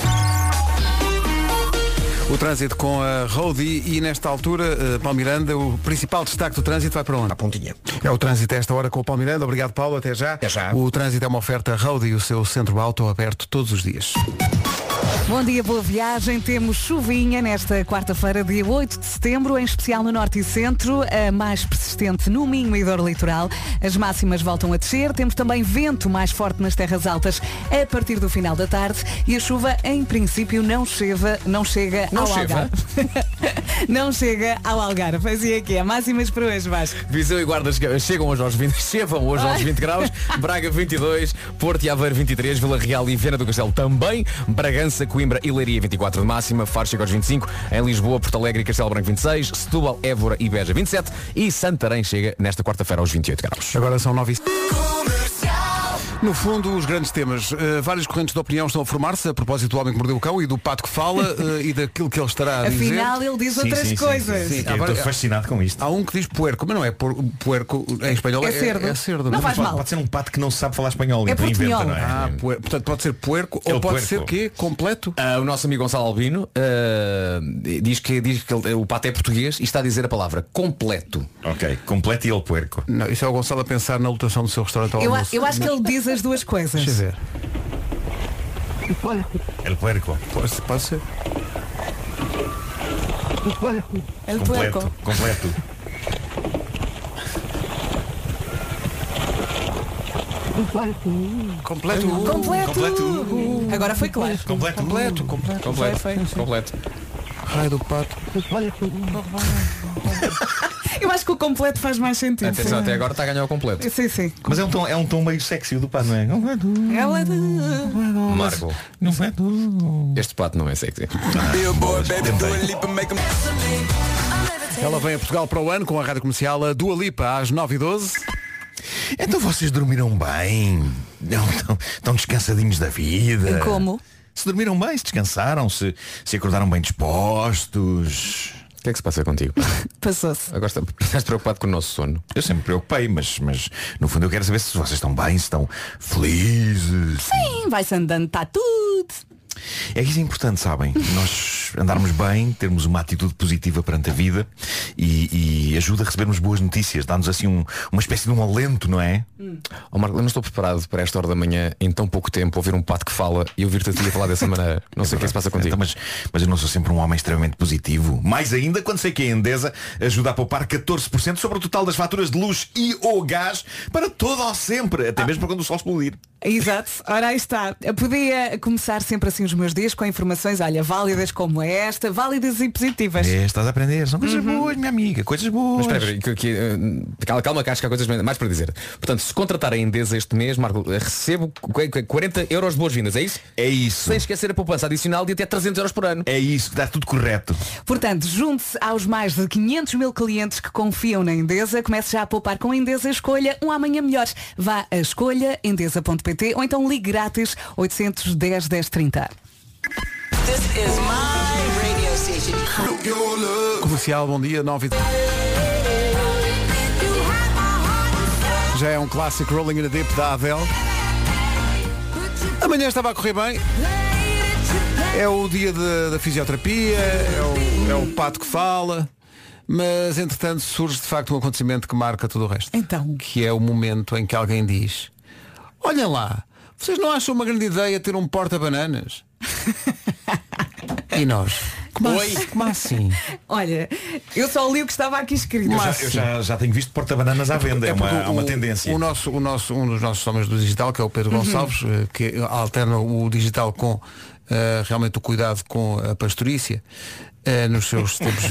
O trânsito com a Roadie e nesta altura, eh, Paulo Miranda, o principal destaque do trânsito vai para onde? A pontinha. É o trânsito a esta hora com o Paulo Miranda. Obrigado, Paulo. Até já. Até já. O trânsito é uma oferta Roadie, o seu centro auto aberto todos os dias. Bom dia, boa viagem. Temos chuvinha nesta quarta-feira, dia 8 de setembro, em especial no Norte e Centro, a mais persistente no Minho e Douro Litoral. As máximas voltam a descer. Temos também vento mais forte nas terras altas a partir do final da tarde e a chuva, em princípio, não chega, não chega Não ao chega? Algarve. (laughs) não chega ao Algarve. Fazia aqui, a máximas para hoje, Vasco. Viseu e Guarda chega- chegam hoje aos 20, (laughs) chegam hoje aos Ai. 20 graus, Braga 22, Porto e Aveiro 23, Vila Real e Viana do Castelo também, Bragança, Coimbra e Leiria 24 de máxima, Faro chega aos 25, em Lisboa, Porto Alegre e Castelo Branco 26, Setúbal, Évora e Beja 27 e Santarém chega nesta quarta-feira aos 28 graus. Agora são 9 No fundo, os grandes temas. Eh, várias correntes de opinião estão a formar-se a propósito do homem que mordeu o cão e do pato que fala eh, e daquilo que ele estará a dizer. Afinal, ele diz Sim, outras sim, sim, coisas. sim, sim. Eu estou fascinado com isto. Há um que diz puerco, mas não é por- puerco em espanhol. É cerdo. Não faz pode, mal. Pode ser um pato que não sabe falar espanhol. É então inventa, portunhol. não é? Ah, puer- portanto, pode ser puerco É ou o pode puerco. ser quê? Completo? Ah, o nosso amigo Gonçalo Albino ah, diz que, diz que ele- o pato é português e está a dizer a palavra completo. Ok, completo e ele puerco. Não, isso é o Gonçalo a pensar na lotação do seu restaurante ao Eu, a- almoço. eu acho que ele diz as duas coisas. Deixa eu ver. El puerco. Pode, pode ser. El completo. puerco. Completo. Completo. Completo. Agora foi claro. Completo. Completo. Completo. Completo. Completo. Raio do pato. Eu acho que o completo faz mais sentido. Atenção, até agora está a ganhar o completo. Sim, sim. Mas é um tom, é um tom meio sexy o do pato, não é? Ela Marco. Não é tudo. Este pato não é sexy. Ela vem a Portugal para o ano com a rádio comercial a Dua Lipa às 9h12. Então vocês dormiram bem. Não, estão, estão descansadinhos da vida. Como? Se dormiram bem, se descansaram, se, se acordaram bem dispostos. O que é que se passa contigo? Passou-se. Agora está- estás preocupado com o nosso sono. Eu sempre me preocupei, mas, mas no fundo eu quero saber se vocês estão bem, se estão felizes. Sim, vai-se andando, está tudo. É que isso é importante, sabem? Nós andarmos bem, termos uma atitude positiva perante a vida e, e ajuda a recebermos boas notícias, dá-nos assim um- uma espécie de um alento, não é? Oh, Marco, eu não estou preparado para esta hora da manhã, em tão pouco tempo, ouvir um pato que fala e ouvir-te a ti a falar dessa maneira. Não sei o que é que se passa contigo. mas, mas eu não sou sempre um homem extremamente positivo. Mais ainda quando sei que a Endesa ajuda a poupar 14% sobre o total das faturas de luz e ou gás para todo ou sempre, até mesmo para quando o sol explodir. Exato, ora aí está. Eu podia começar sempre assim os meus dias com informações, olha, válidas como esta, válidas e positivas. É, estás a aprender, são coisas boas, minha amiga, coisas boas. Então, Mas espera, espera, que, que, eh, calma, calma, que acho que há coisas mais para dizer. Portanto, se contratar a Endesa este mês, Marco, eh, recebo qu- qu- 40 euros boas-vindas, é isso? É isso. Sem esquecer a poupança adicional de até 300 euros por ano. É isso, está tudo correto. Portanto, junte-se aos mais de 500 mil clientes que confiam na Endesa. Comece já a poupar com a Endesa Escolha um amanhã melhor. Vá a escolhaendesa.pt ou então ligue grátis 810 1030. This is my radio station. Comercial, bom dia, 9 e Já é um clássico Rolling in the Deep da Adele. Amanhã estava a correr bem. É o dia de- da fisioterapia, é o, é o pato que fala. Mas entretanto surge de facto um acontecimento que marca tudo o resto. Então. Que é o momento em que alguém diz, olhem lá, vocês não acham uma grande ideia ter um (laughs) porta-bananas? e nós? Como, Oi? assim? Como assim? Olha, eu só li o que estava aqui escrito. Eu já, eu já- já tenho visto porta-bananas à venda, é, uma, porque há uma tendência. O nosso, o nosso, um dos nossos homens do digital, que é o Pedro Uhum. Gonçalves, eh, que alterna o digital com eh, realmente o cuidado com a pastorícia, eh, nos (laughs) seus tempos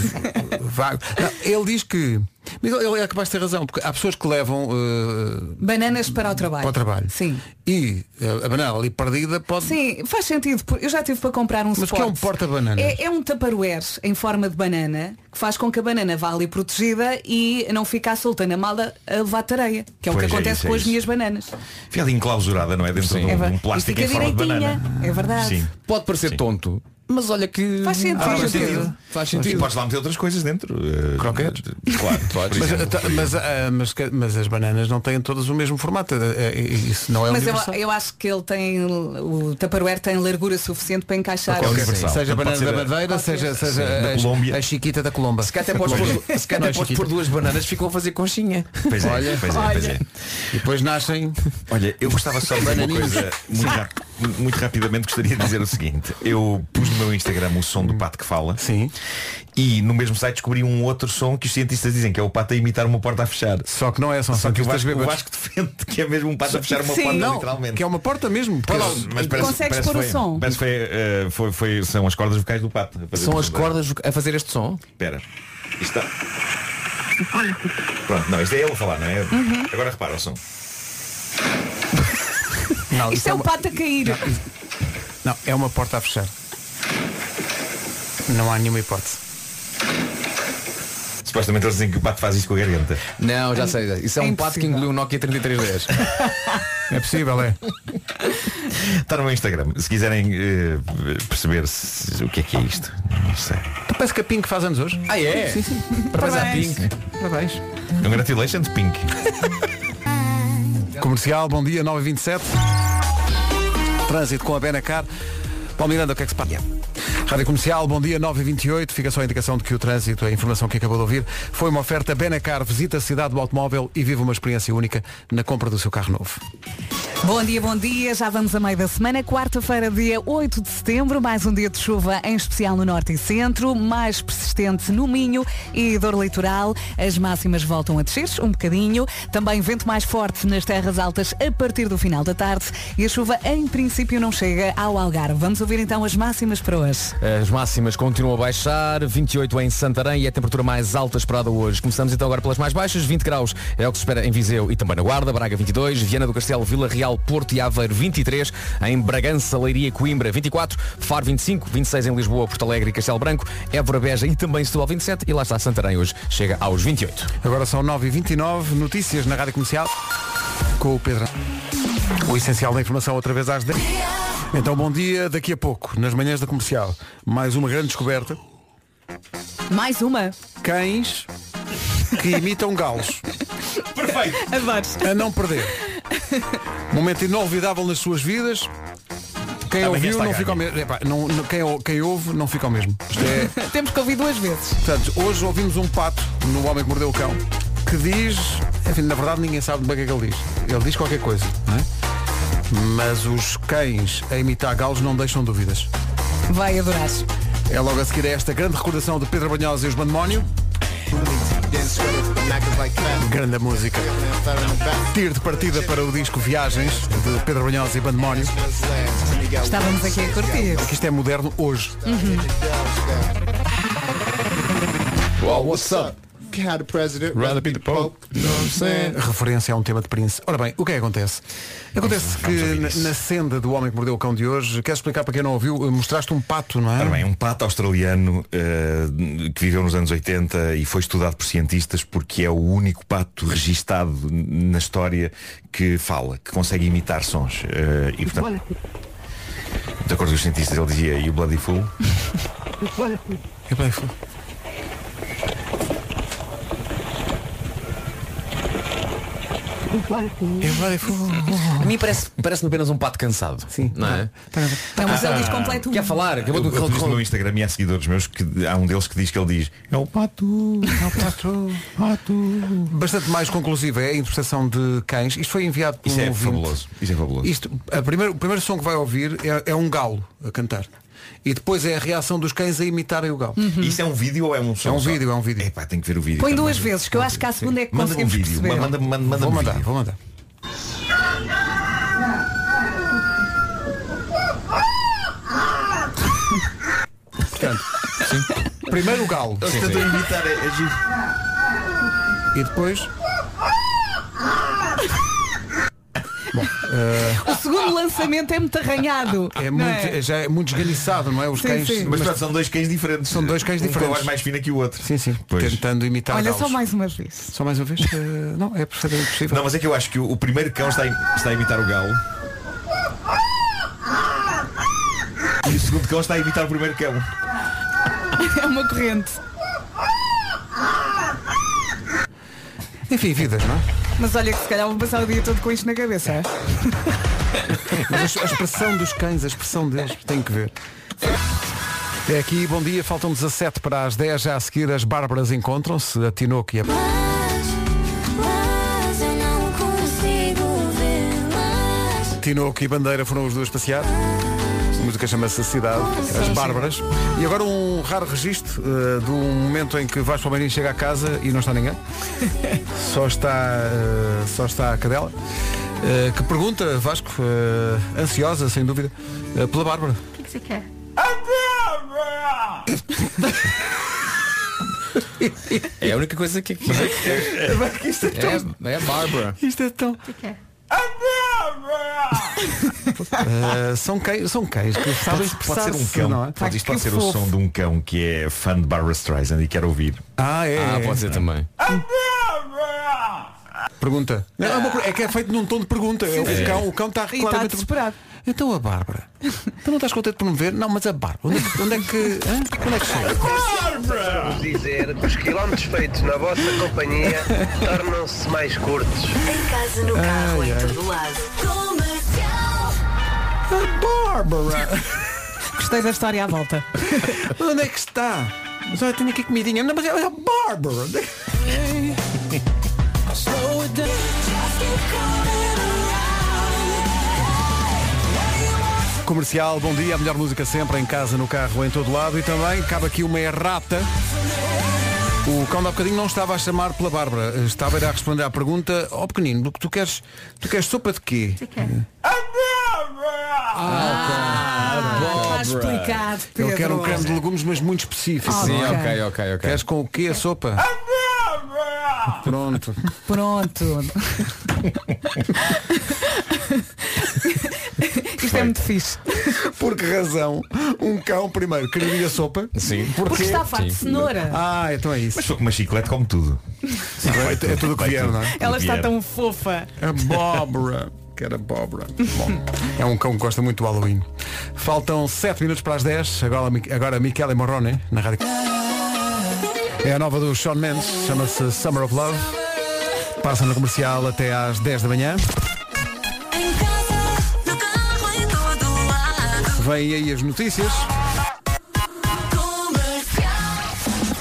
vagos. Não, ele diz que. Mas ele ele é capaz de ter razão, porque há pessoas que levam eh, Bananas para o trabalho. para o trabalho. Sim. E eh, a banana ali perdida pode. Sim, faz sentido. porque Eu já tive para comprar um Mas o que é um suporte. porta-bananas? É, é um tupperware em forma de banana que faz com que a banana vá ali protegida e não fique à solta na mala a levar tareia, que é o Pois que é, acontece isso é com as isso. minhas bananas. Fica ali enclausurada, não é? Dentro de um, É ver- de um e plástico em fica forma de direitinha, banana. é verdade. Sim. Pode parecer tonto, mas olha que. Faz sentido. Ah, Faz sentido. Faz E sentido. podes lá meter outras coisas dentro. eh, Croquetes? Claro, por Mas, exemplo, tá, por mas, exemplo. ah, mas que- mas as bananas não têm todas o mesmo formato. eh, eh, Isso não é Mas eu, universal. eu acho que ele tem o tupperware tem largura suficiente para encaixar. Ok, é universal. Seja a Portanto, banana pode da ser a- Madeira, seja, seja Sim, da a- Colômbia. a chiquita da Colomba. Se calhar até podes pôr, se calhar Não é até podes chiquita. pôr duas bananas, ficam a fazer conchinha. Pois é, Olha, pois é, pois é. E depois nascem. Olha, eu gostava só de dizer uma Bananinhos. coisa muito, rap- muito rapidamente gostaria de dizer o seguinte. Eu pus no meu Instagram o som do pato que fala Hum. Sim. e no mesmo site descobri um outro som que os cientistas dizem que é o pato a imitar uma porta a fechar. Só que não é, são Só que o cientistas Vasco, o bêbados. Vasco defende que é mesmo um pato a fechar uma Sim. porta Não, literalmente. que é um- uma porta mesmo. porque- mas parece, então Consegues parece pôr o foi- som? Parece que foi, eh, foi- foi- são as cordas vocais do pato. a fazer São as tudo. cordas a fazer este som. Espera. Isto está. Pronto, não, isto é ele a falar, não é? Agora repara o som. Não, Isto é o um uma- pato a cair. Não, é uma porta a fechar. Não há nenhuma hipótese. Supostamente eles dizem que o pato faz isto com a garganta. Não, já sei. Isso é, É um pato que impossível. engoliu o Nokia 3310. É possível, é. Está no meu Instagram. Se quiserem eh, perceber se- o que é que é isto. Não sei. Tu parece que a Pink faz anos hoje. ah, é? Sim, sim. Parabéns à Parabéns. Pink. Parabéns. Congratulations, Pink. Comercial, bom dia, 9h27. Trânsito com a Benacar. Paulo Miranda, o que é que se passa? Rádio Comercial, bom dia, 9h28. Fica só a indicação de que o trânsito, a informação que acabou de ouvir, foi uma oferta Benacar. Visita a cidade do automóvel e vive uma experiência única na compra do seu carro novo. Bom dia, bom dia. Já vamos a meio da semana, quarta-feira, dia 8 de setembro, mais um dia de chuva, em especial no norte e centro, mais persistente no Minho e dor litoral. As máximas voltam a descer um bocadinho. Também vento mais forte nas terras altas a partir do final da tarde e a chuva em princípio não chega ao Algarve. Vamos ouvir então as máximas para hoje. As máximas continuam a baixar, 28 em Santarém e é a temperatura mais alta esperada hoje. Começamos então agora pelas mais baixas, 20 graus é o que se espera em Viseu e também na Guarda, Braga 22, Viana do Castelo, Vila Real, Porto e Aveiro 23, em Bragança, Leiria e Coimbra 24, Faro 25, 26 em Lisboa, Porto Alegre e Castelo Branco, Évora Beja e também Setúbal 27 e lá está Santarém hoje, chega aos 28. Agora são 9h29, notícias na Rádio Comercial com o Pedro. O essencial da informação outra vez às 10. Então bom dia, daqui a pouco, nas manhãs da comercial, mais uma grande descoberta. Mais uma. Cães que imitam galos. Perfeito. Adoro. (laughs) A não perder. Momento inolvidável nas suas vidas. Quem Amanhã ouviu não está ganho. fica ao mesmo. Epá, não- não- quem, ou- quem ouve não fica ao mesmo. Isto é- Temos que ouvir duas vezes. Portanto, hoje ouvimos um pato no Homem que Mordeu o Cão que diz, enfim, na verdade ninguém sabe bem o que é que ele diz. Ele diz qualquer coisa, não é? Mas os cães a imitar galos não deixam dúvidas. Vai adorar. É logo a seguir a esta grande recordação de Pedro Banhosa e os Bandemónio. Grande música. Tiro de partida para o disco Viagens de Pedro Banhosa e Bandemónio. Estávamos aqui a curtir. Que isto é moderno hoje. What's up? Can have the president rather be the pope. You know what I'm saying? Referência a um tema de Prince. Ora bem, o que é que acontece? Acontece que na, na senda do Homem que Mordeu o Cão de hoje, queres explicar para quem não ouviu, mostraste um pato, não é? Ora bem, um pato australiano eh, que viveu nos anos 80 e foi estudado por cientistas porque é o único pato registado na história que fala, que consegue imitar sons. Eh, e portanto, de acordo com os cientistas, ele dizia e o Bloody Fool. É bem, foi. É bem, foi. A mim parece- parece-me apenas um pato cansado. Sim. Não é? Não, mas ele diz completo. um. Quer falar? Eu, Acabou eu, de... pus no meu Instagram e há seguidores meus que há um deles que diz que ele diz é o pato. (laughs) Bastante mais conclusiva é a interpretação de cães. Isto foi enviado por Isso um é ouvinte. fabuloso. Isso é fabuloso. Isto, a primeiro, o primeiro som que vai ouvir é, é um galo a cantar. E depois é a reação dos cães a imitarem o galo. Isso é um vídeo ou é um som? É um só? vídeo, é um vídeo. Epá, tem que ver o vídeo. Põe também. duas vezes, que eu acho que à segunda é que Manda-me um conseguimos vídeo. perceber. Manda, manda, manda vou um mandar, vídeo. vou mandar. Portanto, Primeiro o galo. Eles Sim, tentam sim. imitar, é, é giro. E depois. Bom, eh, O segundo lançamento é muito arranhado. é, não muito, é já é muito esganiçado, não é? Os Sim, cães. sim. Mas, pronto, são dois cães diferentes. São dois cães Um com a diferentes. voz mais fina que o outro. Sim, sim. Tentando imitar Olha, só galos. mais uma vez. (laughs) Só mais uma vez? Eh, não, é perfeitamente possível. Não, mas é que eu acho que o, o primeiro cão está a, im- está a imitar o galo. E o segundo cão está a imitar o primeiro cão. É uma corrente. Enfim, vidas, não é? Mas olha que se calhar vou passar o dia todo com isto na cabeça. é? Mas a expressão dos cães, a expressão deles, tem que ver. É aqui, bom dia, faltam 17 para as 10, já a seguir as Bárbaras encontram-se, a Tinoco e a... Tinoco e Bandeira foram os dois passear. A música chama-se Cidade, as Bárbaras. E agora um raro registro eh, de um momento em que vais para o banheiro e chega a casa e não está (laughs) ninguém. Só está, eh, só está a cadela. eh, que pergunta, Vasco, eh, ansiosa, sem dúvida, eh, pela Bárbara. O que, que você quer? É a única coisa que aqui. Isto é tão- É, é a Bárbara. Isto é tão. Ah, Eh, são cães, são cães que sabem Pode, pode ser um expressar-se, cão. não é? Pode, isto pode ser o som de um cão que é fã de Barbara Streisand e quer ouvir. Ah, é. Ah, pode ser também. Pergunta. Não, é, uma per- é que é feito num tom de pergunta. É, sim. o cão, o cão está E está claramente desesperado. Então a Bárbara. Tu não estás contente por me ver? Não, mas a Bárbara. Onde é que. Onde é que hã? Onde é que chega? Vamos É dizer que os quilómetros feitos na vossa companhia tornam-se mais curtos. Em casa, no carro, Ai, em ai. todo lado. Comercial. Bárbara! Gostei da história à volta. Onde é que está? Mas olha, tenho aqui comidinha. Não, mas é a Bárbara. Comercial, bom dia, a melhor música sempre, em casa, no carro, em todo lado e também cabe aqui uma errata. O cão da bocadinho não estava a chamar pela Bárbara, estava a ir a responder à pergunta, ó pequenino, tu queres, tu queres sopa de quê? Ah, Ah, Está explicado, Pedro. Eu quero um creme de legumes, mas muito específico. Sim, não ok, é? ok, ok. Queres com o quê a sopa? (laughs) Pronto. Pronto. Isto é muito fixe. Por que razão um cão primeiro queria a sopa? Sim. Porque está farto de cenoura. Ah, então é isso. Mas sou com uma chiclete, como tudo. é tudo que vier, não é? Ela está Vier. tão fofa. Abóbora. Que era abóbora. Bom, é um cão que gosta muito do Halloween. Faltam 7 minutos para as 10. Agora, agora Michele Morrone, na rádio. É a nova do Sean Mendes, chama-se Summer of Love. Passa no comercial até às 10 da manhã. Em casa, no carro, em todo lado. Vêm aí as notícias Comercial.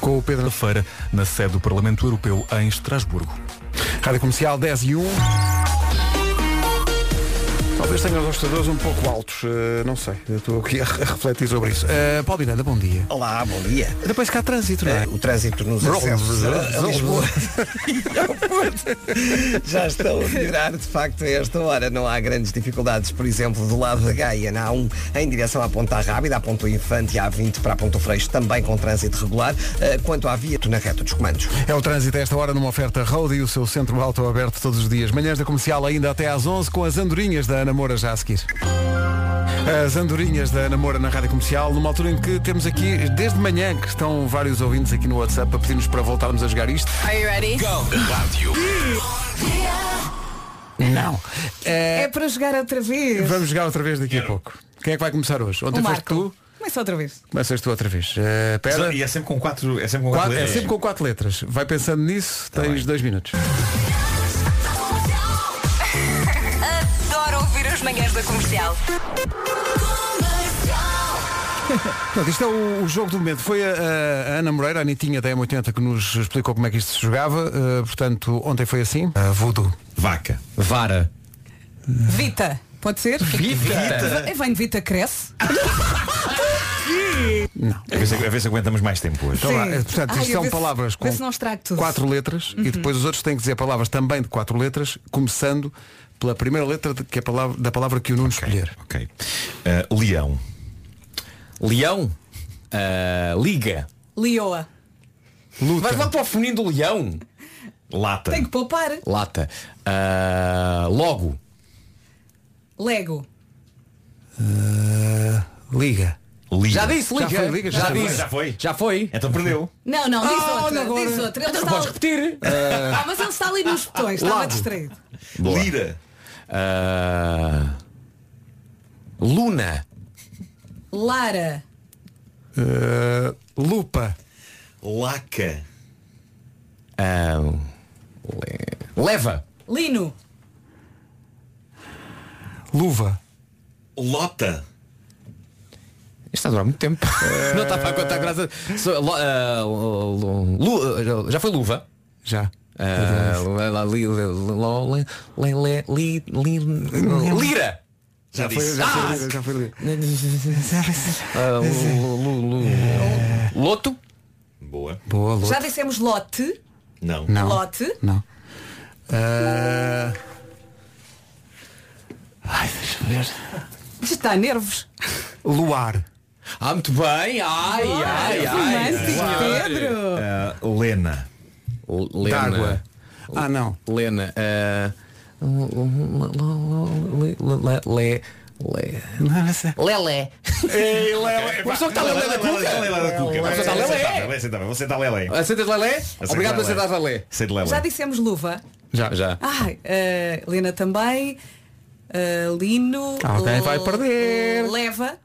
com o Pedro Feira, na sede do Parlamento Europeu em Estrasburgo. Rádio Comercial 10 e 1. Talvez tenha os gostadores um pouco altos, eh, não sei. Eu estou aqui a re- a refletir sobre isso. Eh, Paulo Miranda, bom dia. Olá, bom dia. Depois que há trânsito, não é? O trânsito nos Bro- acessos a- a bro- Lisboa (laughs) já estão a melhorar, de facto, a esta hora. Não há grandes dificuldades, por exemplo, do lado da Gaia, na A1, em direção à Ponta Rábida, à Ponta Infante e à A20 para a Ponto Freixo, também com trânsito regular. Eh, Quanto à via, na reta dos comandos. É o trânsito a esta hora numa oferta Road e o seu centro alto aberto todos os dias. Manhãs da comercial ainda até às 11 com as andorinhas da Ana Moura já a seguir. As andorinhas da Ana Moura na rádio comercial, numa altura em que temos aqui, desde manhã, que estão vários ouvintes aqui no WhatsApp a pedir-nos para voltarmos a jogar isto. Are you ready? Go. Rádio. Não. É, para jogar outra vez. Vamos jogar outra vez daqui a pouco. Quem é que vai começar hoje? Ontem o foste Marco. tu, Começa outra vez. começas tu outra vez. Eh, pera. E é sempre com quatro. É sempre com quatro, Quatro- é letras. sempre com quatro letras. Vai pensando nisso, tens dois minutos. Adoro ouvir as manhãs da comercial. Portanto, isto é o, o jogo do momento. Foi a, a Ana Moreira, a Anitinha da M80, que nos explicou como é que isto se jogava. Uh, portanto, ontem foi assim. Uh, voodoo. Vaca. Vara. Vita. Pode ser? Vita? V- Vem de Vita Cresce. A ver, se, a ver se aguentamos mais tempo hoje. Então, vá, eh, portanto, Ai, isto eu são vê se- palavras com vê se não estrago tudo. quatro letras Uhum. e depois os outros têm que dizer palavras também de quatro letras, começando pela primeira letra de- que é a Uh, palavra, da palavra que o Nuno escolher. Ok. Eh, leão. Leão? Ah, liga. Lioa. Luta. Vais lá para o feminino do leão. Lata. Tem que poupar. Lata. Ah, logo. Lego. Eh, liga. Liga. Já disse, liga. Já foi, liga, já foi, disse. já foi. Já foi. Então perdeu. Não, não, diz Ah, outra. olha agora. Diz outra. Ele Então está... podes repetir. Ah, mas ele está ali nos botões, estava Lado. distraído. Lira. Ah, Luna. Lara. Eh, lupa. Laca. Ah, Leva. Lino. Luva. Lota. Isto está a durar muito tempo. (laughs) Não estava a contar graças. So, lo- eh, lu- lu- já foi luva? Já. Eh, Lira! Já foi, já foi, liga, já foi liga. Ah, lu- lu- lu- lu- Loto? Boa. Boa, Loto. Já dissemos lote. Não. Não. Lote. Não. Ah, Ai, deixa eu ver. Está a nervos. Luar. Ah, muito bem. Ai, Boa, ai, Ah, romântico, ai. Pedro. Ah, Lena. Lena. D'água. Ah, não. Lena. eh, le- le- le- le- Lelé. Ei, é Lelé. Uma pessoa que está a Lelé da Cuca. Uma pessoa que está a Lelé. Lelé. Aceita, você está Lelé. Aceitas Lelé? Aceito Obrigado por Lelé. aceitar Lelé. Aceito Lelé. Já dissemos luva. Já, já. Ai, eh, Lena também. Eh, Lino. Alguém vai L- perder. Leva.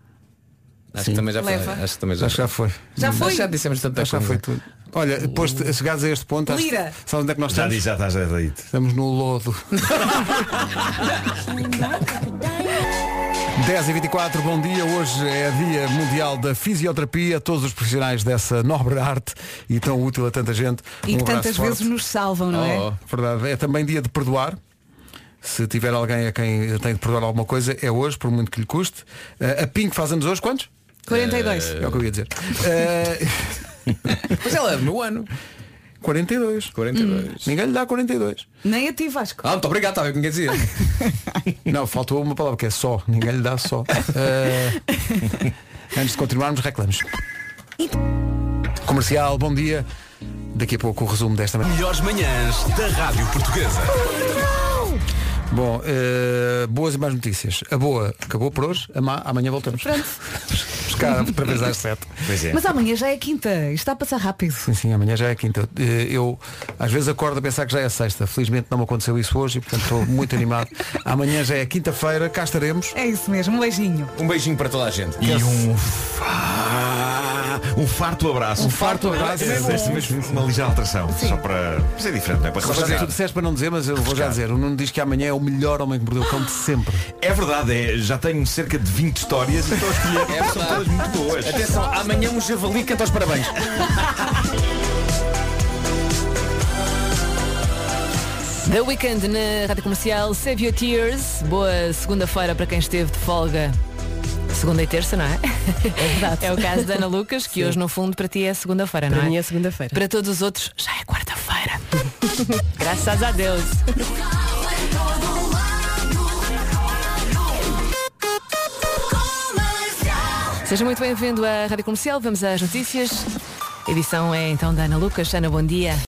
Acho que também já foi. Leva. Acho que também já Acho que já foi. Já foi? Já dissemos tanta Acho que já foi é. coisa. tudo. Olha, depois de- chegados a este ponto, acho que- Lira. sabe onde é que nós Já estamos? disse, já estás a dito. Estamos no lodo. (laughs) 10 e 24 bom dia. Hoje é Dia Mundial da Fisioterapia. Todos os profissionais dessa nobre arte e tão útil a tanta gente. E um que abraço tantas forte. vezes nos salvam, não é? Verdade. É também dia de perdoar. Se tiver alguém a quem tem de perdoar alguma coisa, é hoje, por muito que lhe custe. Eh, a Pink faz anos hoje, quantos? 42. É o que eu ia dizer. Eh, Mas ela é do meu ano. 42. 42. Ninguém lhe dá 42. Nem a ti, Vasco. Ah, muito obrigado, estava a ver o que dizia. Não, faltou uma palavra que é só. Ninguém lhe dá (laughs) só. Eh, antes de continuarmos, reclamos. Comercial, bom dia. Daqui a pouco o resumo desta manhã. Melhores manhãs da Rádio Portuguesa. Bom, eh, boas e más notícias. A boa acabou por hoje, a má, amanhã voltamos. Pronto. Buscar outra vez às 7. Pois Mas amanhã já é quinta. Isto está a passar rápido. Sim, sim, amanhã já é quinta. Eh, Eu às vezes acordo a pensar que já é sexta. Felizmente não me aconteceu isso hoje e portanto estou muito (laughs) animado. Amanhã já é quinta-feira, cá estaremos. É isso mesmo. Um beijinho. Um beijinho para toda a gente. E um fa- um farto abraço. Um farto abraço. É, deste mês uma ligeira alteração. Só para. Mas é diferente, não é? Para Mas tu relaxar. disseste para não dizer, mas eu vou já dizer. O Nuno diz que amanhã é o melhor homem que mordeu o cão de sempre. É verdade, é, já tenho cerca de 20 histórias e estou a escolher. (laughs) É São verdade. todas muito boas. Atenção, amanhã um javali canta os parabéns. The Weekend na Rádio Comercial, Save Your Tears. Boa segunda-feira para quem esteve de folga. Segunda e terça, não é? É verdade. (laughs) É o caso da Ana Lucas, que Sim. hoje no fundo para ti é segunda-feira, não Para é? mim é segunda-feira. Para todos os outros já é quarta-feira. Graças a Deus. Seja muito bem-vindo à Rádio Comercial. Vamos às notícias. A edição é então da Ana Lucas. Ana, bom dia.